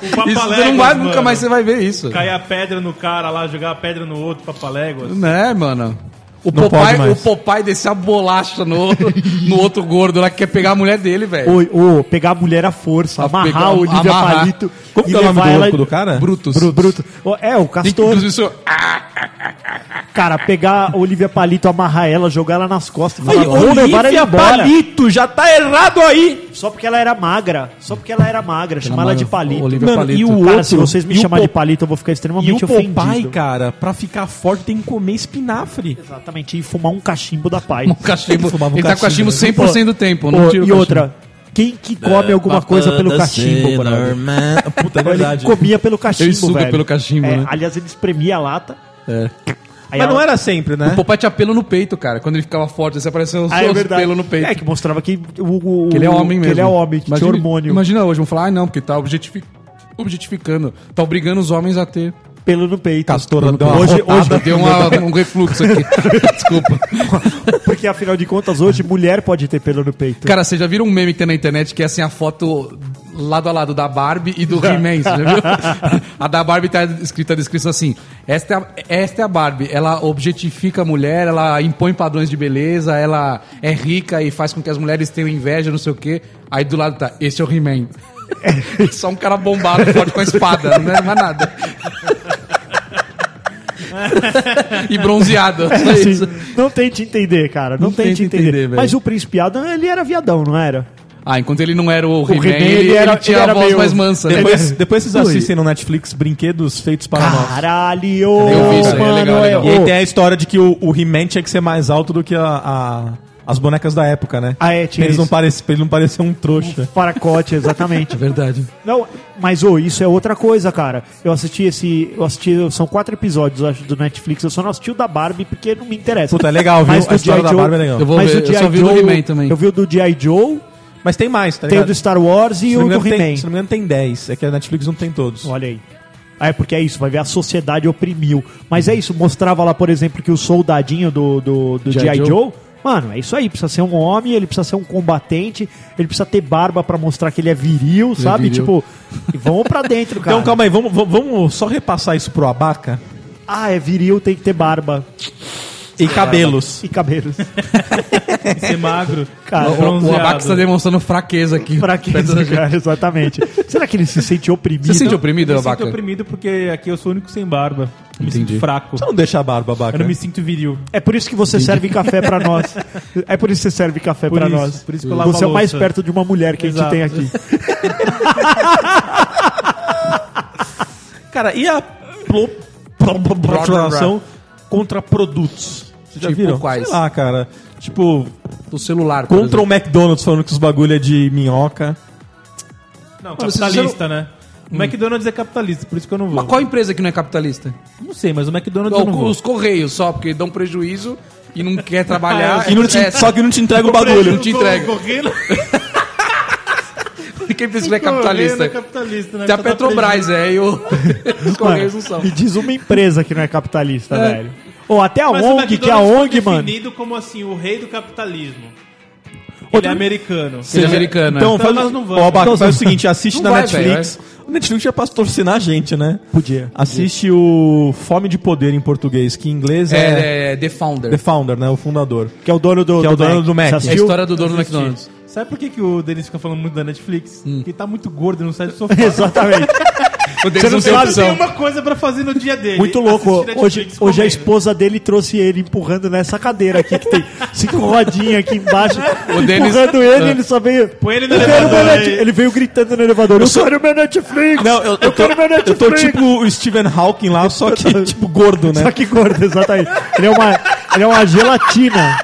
O Papa
Isso você
Léguas,
não vai,
mano.
nunca mais você vai ver isso.
Cair a pedra no cara lá, jogar a pedra no outro, papaléguas.
Né, mano? O
Não pode
Popeye,
mais.
o Popeye descer a bolacha no, no outro gordo lá que quer pegar a mulher dele,
É.
velho.
Ou, ou pegar a mulher à força,
Ah,
amarrar
pegar-
o Olivia
amarrar.
Palito
Como
e
que é o nome
levar
do
ela...
louco do cara?
Brutus.
Bruto. Bruto. Ó, É, o Castor.
Inclusive, o senhor- Ah,
Cara, pegar a Olivia Palito, amarrar ela, jogar ela nas costas.
Aí,
falar, "Vamos levar ela
Olivia
embora.
Palito, já tá errado aí!
Só porque ela era magra. Só porque ela era magra. Chamar ela de palito.
Olivia
Mano,
Palito.
e o-
Cara,
outro-
se vocês me
e o
chamarem de
Pop-
palito, eu vou ficar
E o
extremamente
Popeye,
ofendido.
cara, pra ficar forte tem que comer espinafre.
Exatamente, e fumar um cachimbo da paz.
O cachimbo.
Ele fumava um
Ele tá com o cachimbo
cachimbo, né?
100% do tempo.
Ô,
Não tira o
e
cachimbo.
outra, Quem que come alguma coisa pelo cachimbo, brother?
Puta, é
Ele
verdade.
comia pelo cachimbo,
Então Ele suga
velho.
pelo cachimbo,
É,
né?
Aliás, ele espremia a lata.
É.
Aí
Mas
a-
não era sempre, né?
O Popeye tinha pelo no peito, cara. Quando ele ficava forte, assim, aparecia uns,
Ah, é
uns
verdade.
pelos no peito.
É, que mostrava que, o, o-
Que ele é homem
que
mesmo.
ele é homem, que tinha
Imagina-
hormônio.
Imagina hoje, vão falar, ah, não, porque tá objetifi- objetificando. Tá obrigando os homens a ter.
Pelo no peito.
Castor deu uma
Hoje-
tá
rotada.
Deu uma- um refluxo aqui. Desculpa.
Porque afinal de contas, hoje mulher pode ter pelo no peito.
Cara, você já viram um meme que tem na internet que é assim a foto lado a lado da Barbie e do He-Man, você já viu? a da Barbie tá escrita a descrição assim: esta é a, esta é a Barbie, ela objetifica a mulher, ela impõe padrões de beleza, ela é rica e faz com que as mulheres tenham inveja, não sei o quê. Aí do lado tá: esse é o He-Man. Só um cara bombado, forte com a espada, não é mais nada. e bronzeado, só
Assim,
isso.
não tente entender, cara. Não,
Não
tente,
tente
entender.
entender, velho.
Mas o príncipe Adam, ele era viadão, não era?
Ah, enquanto ele não era o, He-Man,
He-Man,
ele,
ele era-
ele tinha
ele era
a voz
meio-
mais mansa. né?
Depois, depois vocês
Ui.
assistem no Netflix Brinquedos Feitos para Nós.
Caralho!
Eu vi isso aí, é
mano,
legal, é legal.
E aí
ô.
tem a história de que o, o He-Man tinha que ser mais alto do que a- a- as bonecas da época, né?
Ah, é, tinha
Pra eles não
isso.
parece, Pra ele não parecer um trouxa.
Paracote, exatamente.
É Verdade.
Não, mas ô, isso é outra coisa, cara. Eu assisti esse. Eu assisti. São quatro episódios, eu acho, do Netflix. Eu só não assisti o da Barbie porque não me interessa.
Puta, é legal, viu?
Mas
A
do
história
G.I.
da
Joe-
Barbie é legal.
Eu vou
mas
ver,
do
eu só
G.I.
vi o do
Joe-
He-Man também.
Eu vi o do G.I. Joe,
Mas tem mais, tá
tem o
ligado?
do Star Wars e
Se não
o
me
do
engano, tem-
He-Man.
se não me engano, tem 10. É que a Netflix não tem todos.
Olha aí. Ah, é porque é isso, vai ver, a sociedade oprimiu. Mas é isso, mostrava lá, por exemplo, que o soldadinho do, do, do
G.I.
G.I. Joe.
Joe.
mano, é isso aí, precisa ser um homem, ele precisa ser um combatente, ele precisa ter barba pra mostrar que ele é viril, sabe?
viril.
Tipo, e vamos pra dentro, cara.
então calma aí, vamos, vamos- vamos só repassar isso pro Abaca.
Ah, é viril, tem que ter barba
E cabelos.
e cabelos.
E ser magro.
Cara,
e
o-
O
bronzeado.
Abax tá demonstrando fraqueza aqui.
pra que
Perto da gente.
cara, exatamente. Será que ele se sente oprimido?
Você sente oprimido,
Eu me sinto
Abaca?
oprimido porque aqui eu sou o único sem barba. Eu me
Entendi.
sinto fraco.
Você não Então deixa a barba, Abaca.
Eu não me sinto viril.
É por isso que você serve café pra nós. É por isso que você serve café
Por
pra
isso,
nós.
por isso que eu lavo
você é o
a
mais
louça.
perto de uma mulher que
Exato.
a gente tem aqui.
Cara, e a pro- pro- pro- prostituição contra produtos? Vocês já
Tipo
viram?
quais?
Sei lá, Ah, cara. Tipo,
O celular. por
contra o McDonald's falando que os bagulho é de minhoca.
Não,
Mas Então, vocês Hum.
capitalista, né? O McDonald's é capitalista, por isso que eu não vou.
Mas qual empresa que não é capitalista?
Não sei, mas o McDonald's eu não
Não,
vou.
os Correios só, porque dão prejuízo e não quer trabalhar.
E não te-
É,
só que não te entrega o bagulho.
não te entrega. Quem pensa que é capitalista?
Correio não é capitalista, né?
Tem a
Só dá
Petrobras, é, e o... os Correios não são.
Me diz uma empresa que não é capitalista,
É.
velho. Ou até a
Mas o
ONG, que é a
McDonald's foi
ONG, mano.
definido como assim, o rei do capitalismo. Ele
Outro-
é americano.
Ele é americano,
Então,
é.
faz,
nós não vamos.
Ô, Abaca, faz o seguinte, assiste
Não
na
vai,
Netflix. O Netflix já é patrocinar a gente, né?
Podia.
Assiste o Fome de Poder em português, que em inglês
É,
é,
é, The Founder.
The Founder, né? O fundador.
né? Que é o dono do
Que é o dono do Mac.
Você
É a
assistiu?
história do dono do McDonald's.
Sabe por que, que o Denis fica falando muito da Netflix?
Hum.
Porque tá muito gordo, ele não sai do sofá.
Exatamente.
O
Você
Denis
não
não tem
sabe,
Tem
opção.
uma coisa pra fazer no dia dele.
Muito louco.
Assistir
Hoje,
Netflix
hoje é a
comendo.
esposa dele trouxe ele empurrando nessa cadeira aqui, que tem cinco rodinhas aqui embaixo.
O Denis-
Empurrando ele, ele só veio.
Põe ele no
Eu quero
elevador
meu
aí.
Net- Ele veio gritando no elevador. Eu quero meu Netflix!
Não, eu, eu, tô,
quero meu Netflix!
eu tô tipo o Stephen Hawking lá, só que tipo gordo, né?
Só que gordo, exatamente. Ele é uma, ele é uma gelatina.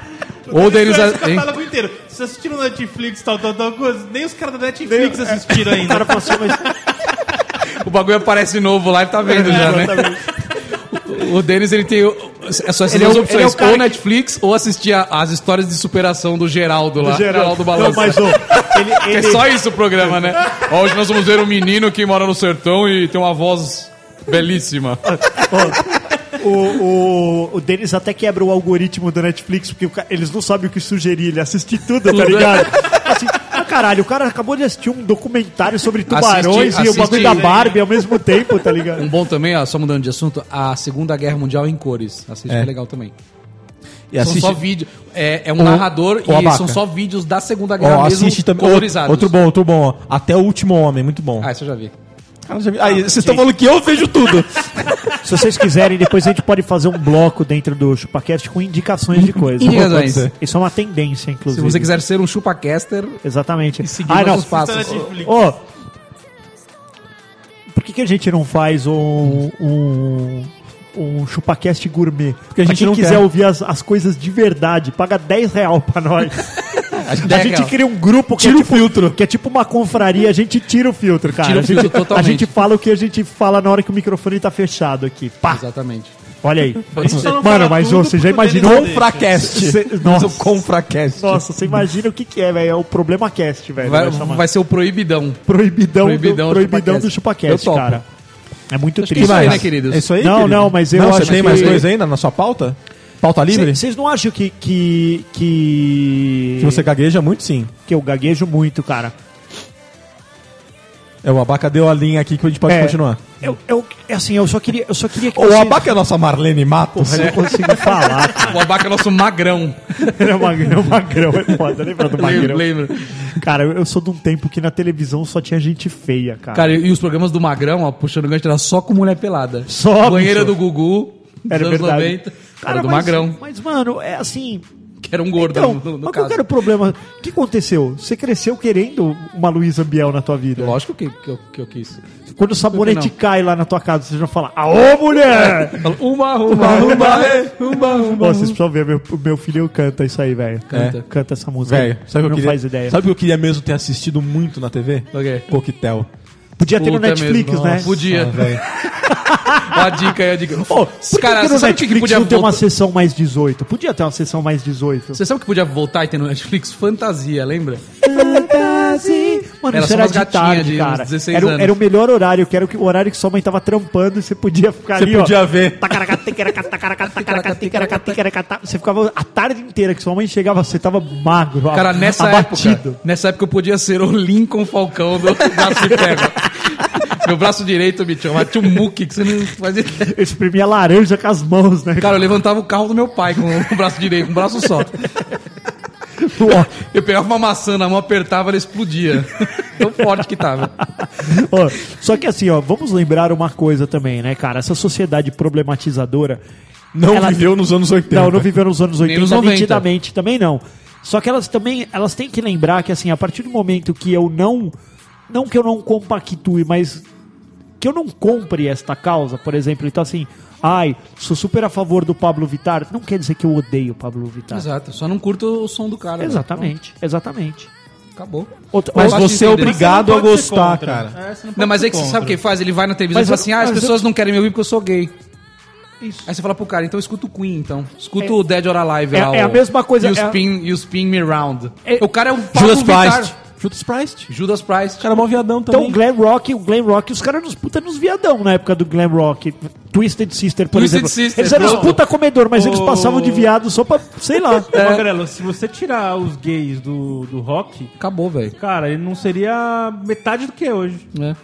Ou o Denis...
Cara, esse
hein?
catálogo inteiro. Vocês assistiram no Netflix, tal, tal, tal coisa? Nem os caras da Netflix assistiram ainda.
O bagulho aparece novo lá e tá vendo já, né? O Denis, ele tem. o- É só essas
Ele é
duas
o- ele é o
opções.
cara
ou
que-
Netflix, ou assistir a- as histórias de superação do Geraldo lá. Geraldo,
Não,
Balanço.
mas ô, ele,
Que É
ele,
só isso o programa, né? Ó, Hoje nós vamos ver um menino que mora no sertão e tem uma voz belíssima.
o, o, o Denis até quebra o algoritmo do Netflix, porque o ca- eles não sabem o que sugerir, ele assiste tudo, tá ligado? Assim, ah, caralho, o cara acabou de assistir um documentário sobre tubarões
Assisti-
e o bagulho
assisti-
da Barbie ao mesmo tempo, tá ligado?
Um bom também, ó, só mudando de assunto, a Segunda Guerra Mundial em cores. Assiste que é legal também.
E
São só vídeos. É, é um
Ô,
narrador
ô,
e
Abaca.
são só vídeos da Segunda Guerra
Ó,
mesmo
assiste também. Outro,
colorizados.
outro bom, outro bom, ó. Até o último homem, muito bom.
Ah, isso eu já vi.
Cara, já vi-
ah,
Aí, vocês estão falando que eu vejo tudo.
Se vocês quiserem, depois a gente pode fazer um bloco dentro do ChupaCast com indicações de coisas.
Indicações.
Pode ser. Isso é uma tendência,
Se
inclusive.
você quiser ser um chupacaster,
Exatamente.
seguir
Ah, não.
nossos
Tá
passos.
Netflix.
Ô, por que, que a gente não faz um, um, um ChupaCast gourmet? Porque
a gente
quem
não
quiser
quer.
ouvir as, as coisas de verdade, paga 10 real pra nós. A gente cria um grupo que,
Tira
é
o
tipo,
filtro.
que é tipo uma confraria, a gente tira o filtro, cara.
Tira o
a, gente,
filtro totalmente.
a gente fala o que a gente fala na hora que o microfone tá fechado aqui. Pá!
Exatamente.
Olha aí.
gente só não fala
Mano, mas
tudo
ô, você já
porque
imaginou.
eles não
Confracast.
Cê-
Mas
nossa.
o Confracast.
Nossa, você imagina o que, que é, velho. É o problema cast, velho.
Vai,
vai chamar.
vai ser o proibidão.
Proibidão,
Proibidão
do,
do
proibidão do
ChupaCast. Eu
ChupaCast,
topo.
cara. É muito
Acho que
triste.
isso aí,
cara.
né, queridos?
É isso aí?
Não,
querido?
não, mas eu
Não,
acho
Você tem
que-
mais coisa ainda na sua pauta? Pauta livre?
Vocês não acham que. que. que.
Que você gagueja muito, sim.
que eu gaguejo muito, cara.
É, o Abaca deu a linha aqui que a gente pode
É. Tipo assim-
continuar.
Eu, eu, é assim, eu só queria, eu só queria que
O
você-
Abaca é a nossa Marlene Matos.
Eu não consigo falar, cara.
O abaca é nosso magrão.
Era magrão, magrão, é foda. Lembra do
Lembra?
magrão?
lembra?
Cara, eu eu sou de um tempo que na televisão só tinha gente feia, cara.
Cara, e os programas do Magrão, ó, puxando o gancho, era só com mulher pelada.
Só,
Banheira
bicho.
do Gugu, dos
Era
anos
verdade.
90.
Cara,
era do
mas-
Magrão,
Mas, mano, é assim...
que era um gordo
Então,
no, no
mas
caso.
qual que era o problema? O que aconteceu? Você cresceu querendo uma Luísa Biel na tua vida.
Lógico que, que, eu, que eu quis.
Quando o sabonete
Por que
cai lá na tua casa, você já fala, aô, mulher!
Fala, Uma, uma, uma, é, uma, uma.
Ó, vocês precisam ver, meu, o meu filho canta isso aí, velho. É,
Canta.
Canta essa música.
Velho, sabe o que eu
não
queria?
faz ideia.
Sabe o que eu queria mesmo ter assistido muito na TV?
O quê?
Coquetel.
Podia ter no
Puta
Netflix,
mesmo.
né?
Nossa, Podia.
velho.
Ó a dica aí, a dica.
Pô, por
Cara,
que que
você
no
sabe o que
Netflix
que podia
não tem uma
voltar?
sessão mais 18? Podia ter uma sessão mais 18.
Você sabe o que podia voltar e ter no Netflix? Fantasia, lembra?
Mano,
Era
isso
só
era
umas
de
gatinhas
tarde,
de
cara.
uns 16
Era, o-
anos.
era o melhor horário, que era o que- o horário que sua mãe tava trampando e você podia ficar
Você
ali, ó.
podia ver.
Você ficava a tarde inteira que sua mãe chegava, você tava magro,
Cara,
ab-
nessa
abatido.
época, nessa época eu podia ser o Lincoln Falcão do braço de ferro. Meu braço direito, bicho, mas tinha um muque que você não fazia ideia.
Eu exprimia laranja com as mãos, né?
Cara, eu levantava o carro do meu pai com o braço direito, com o braço só. Eu pegava uma maçã na mão, apertava, ela explodia. Tão forte que tava.
Ó, só que assim, ó, vamos lembrar uma coisa também, né, cara? Essa sociedade problematizadora.
Não
ela-
viveu nos anos 80.
Não, não viveu nos anos 80,
nos 90.
nitidamente, também não. Só que elas também, elas têm que lembrar que assim, a partir do momento que eu não, não que eu não compactue, mas que eu não compre esta causa, por exemplo, então assim, ai, sou super a favor do Pablo Vittar, não quer dizer que eu odeio o Pablo Vittar.
Exato, só não curto o som do cara. né?
Exatamente, exatamente.
Pronto, acabou.
Outra-
Mas
Eu acho
você é
entender.
obrigado a
Pode ser
gostar,
contra.
tá, cara.
É, você não,
Não,
pode
mas
ser
é que você sabe o que
contra.
ele faz? Ele vai na televisão
Mas
e fala
eu-
assim: ah, as
mas eu-
pessoas não querem me ouvir porque eu sou gay.
Isso.
Aí você fala pro cara, então escuta o Queen, então. Escuta o Dead or Alive.
É-
lá,
é a
o-
mesma coisa,
You,
é a-
spin, you spin Me Round.
É-
o cara é um Pablo
Judas
Vittar.
Priest. Judas Priest.
Judas Price.
O cara é mó viadão
Então
também.
o glam rock, o glam rock, os caras nos puta nos viadão na época do glam rock. Twisted Sister, por
Twisted
exemplo.
Sister,
eles eram os
pronto.
puta comedor, mas eles
O-
passavam de viado só pra, sei lá.
É.
Ô, Magrelo, se você tirar os gays do, do rock,
Acabou, velho.
cara, ele não seria metade do que é hoje.
É.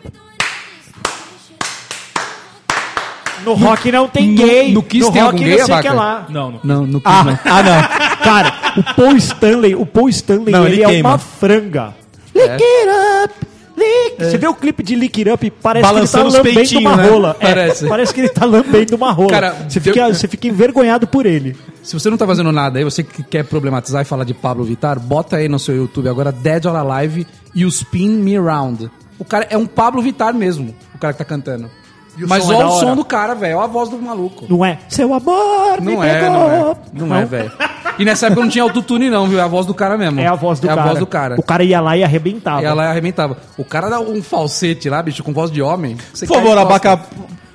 No rock não tem
no-
gay.
no Kiss tem algum gay,
não sei o que
Abaca?
lá.
Não, não.
Não, no Kiss
Ah,
não.
ah, não.
Cara, o Paul Stanley, o Paul Stanley,
Não,
ele,
ele
é
queima.
uma franga.
É.
Lick it up! Lick. Você vê o clipe de Lick It Up, parece
Balançando os
que ele tá lambendo
peitinhos,
uma
né?
rola. É,
Parece.
parece que ele tá lambendo uma rola.
Cara,
você, fica,
eu-
você fica envergonhado por ele.
Se você não tá fazendo nada aí, você que quer problematizar e falar de Pablo Vittar, bota aí no seu YouTube agora Dead or Alive e o Spin Me Round. O cara é um Pablo Vittar mesmo, o cara que tá cantando. Mas
som é
olha
da
o
hora.
som do cara, velho. Olha a voz do maluco.
Não é? Seu amor me
Não é,
pegou.
não é. Não é, velho. E nessa época não tinha autotune, não, viu? É a voz do cara mesmo.
É a voz do
É
cara.
a voz do cara.
O cara ia lá e arrebentava.
E ela arrebentava. O cara dá um falsete lá, bicho, com voz de homem. Você
Por favor,
cai de
Abaca.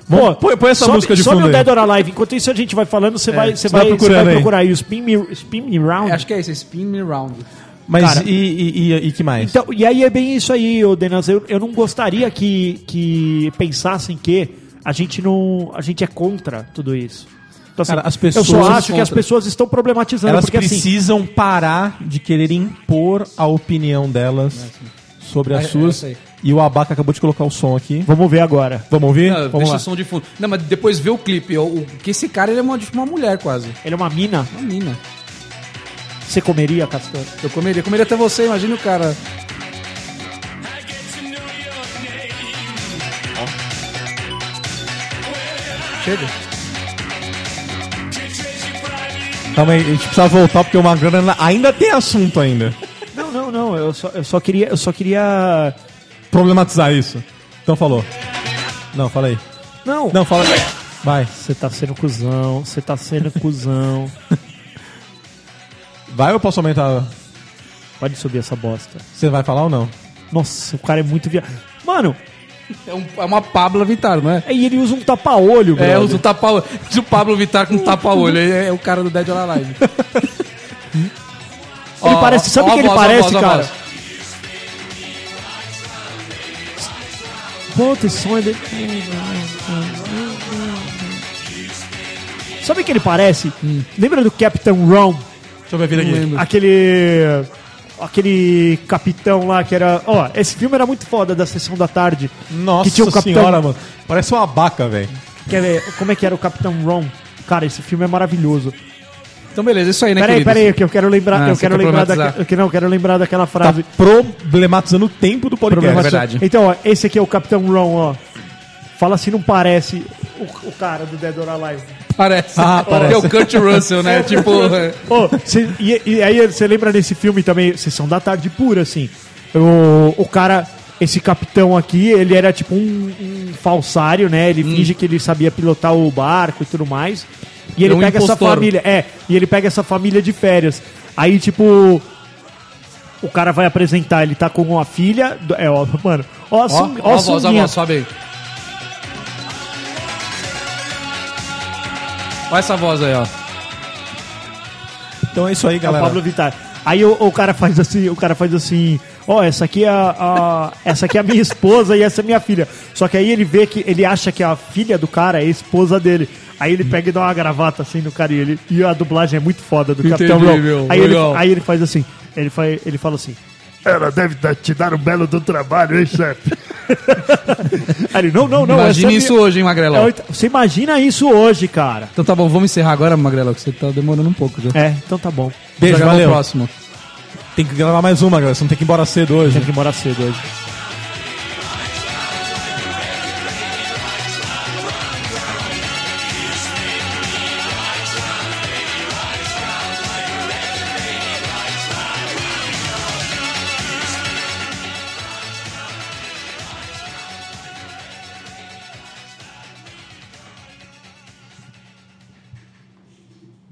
Pô,
Põe- põe essa
sobe-
música de
sobe
fundo
o
aí. É,
Dead or Alive. Enquanto isso a gente vai falando, você vai, você
você vai
vai, você vai
procurando aí.
procurar aí o Spin Me, spin me Round.
Acho que é isso, é Spin Me Round.
Mas
Cara.
e, e, e- e que mais?
Então, e aí é bem isso aí, ô Denas. Eu, eu não gostaria que, que pensassem que a gente não. A gente é contra tudo isso. Então,
Cara, as
eu
pessoas
só acho
contra.
que as pessoas estão problematizando,
Elas
porque assim.
precisam parar de querer impor a opinião delas sobre as
É, é,
suas.
eu sei.
e o Abaca acabou de colocar o som aqui.
Vamos ver agora.
Vamos ouvir?
Não,
Vamos
Ah, deixa
lá.
o som de fundo. Não, mas depois vê o clipe. O, o- que esse cara ele é uma, tipo uma mulher quase.
Ele é uma mina.
Uma mina.
Você comeria, Castor?
Eu comeria, comeria até você, imagina o cara. Chega.
Calma aí, a gente precisa voltar porque o Magrana ainda tem assunto ainda.
Não, não, não. Eu só, eu só queria. Eu só queria.
Problematizar isso. Então falou. Não, fala aí.
Não.
Não, fala. Vai.
Você tá sendo cuzão, você tá sendo cuzão.
Vai ou eu posso aumentar?
Pode subir essa bosta.
Você vai falar ou não?
Nossa, o cara é muito via. Mano,
É, um- é uma Pabla Vittar, não é?
e ele usa um tapa-olho,
É,
brother.
usa o tapa Diz o Pablo Vittar com tapa-olho. ele É, é o cara do Dead or Alive.
Ele parece- sabe
o
quem ele parece, cara? Puta, esse som é dele. Sabe o que ele parece? Lembra do Captain Ron?
Deixa eu ver a vida
Não
aqui.
Hum. lembro.
Aquele. Aquele capitão lá que era. Ó, esse filme era muito foda da sessão da tarde.
Nossa
que tinha um capitão.
senhora, mano. Parece uma abaca, velho.
Quer ver? Como é que era o Capitão Ron? Cara, esse filme é maravilhoso.
Então, beleza, isso aí, né,
Peraí,
querido?
peraí, que eu quero lembrar.
Ah,
eu
você
quero
quer
lembrar
problematizar.
daque- que não, eu quero lembrar daquela
Tá
frase.
problematizando o tempo do podcast.
Problema-
Problematiza-
verdade.
Então, ó, esse aqui é o Capitão Ron, ó. Fala se não parece o, o cara do Dead or Alive.
Parece.
Ah, parece.
Que é o Kurt Russell, né? tipo... é.
Ô, cê- e, e aí você lembra desse filme também, Sessão da Tarde Pura, assim. O, o cara, esse capitão aqui, ele era tipo um, um falsário, né? Ele
Hum.
finge que ele sabia pilotar o barco e tudo mais. E ele
É um
pega
impostor.
essa família. É, e ele pega essa família de férias. Aí, tipo. O cara vai apresentar, ele tá com a filha. do- É, ó, mano. Ó, a
Ó,
sung-
ó
ó,
a voz, ó a
sunguinha.
voz, sobe aí. Olha essa voz aí, ó.
Então é isso aí,
É o
galera.
Pablo Vittar. Aí o, o cara faz assim, o cara faz assim, ó, essa aqui é a, a- essa aqui é a minha esposa e essa é minha filha. Só que aí ele vê que ele acha que a filha do cara é a esposa dele. Aí ele pega e dá uma gravata assim no cara e ele e a dublagem é muito foda do Capitão Ron.
meu,
Aí ele,
legal.
aí ele faz assim, ele faz, ele fala assim: "Ela deve dar- te dar um belo do trabalho, hein, chefe?" aí ele: "Não, não, não, essa é
Imagina
minha-
isso hoje, hein, Magrela.
é oito- Você imagina isso hoje, cara.
Então tá bom, vamos encerrar agora, Magrela, que você tá demorando um pouco já.
É, então tá bom.
Beijo,
Pra gravar o
valeu.
próximo.
Tem que gravar mais uma, galera. Você não tem que ir embora cedo hoje.
Tem que morar cedo hoje.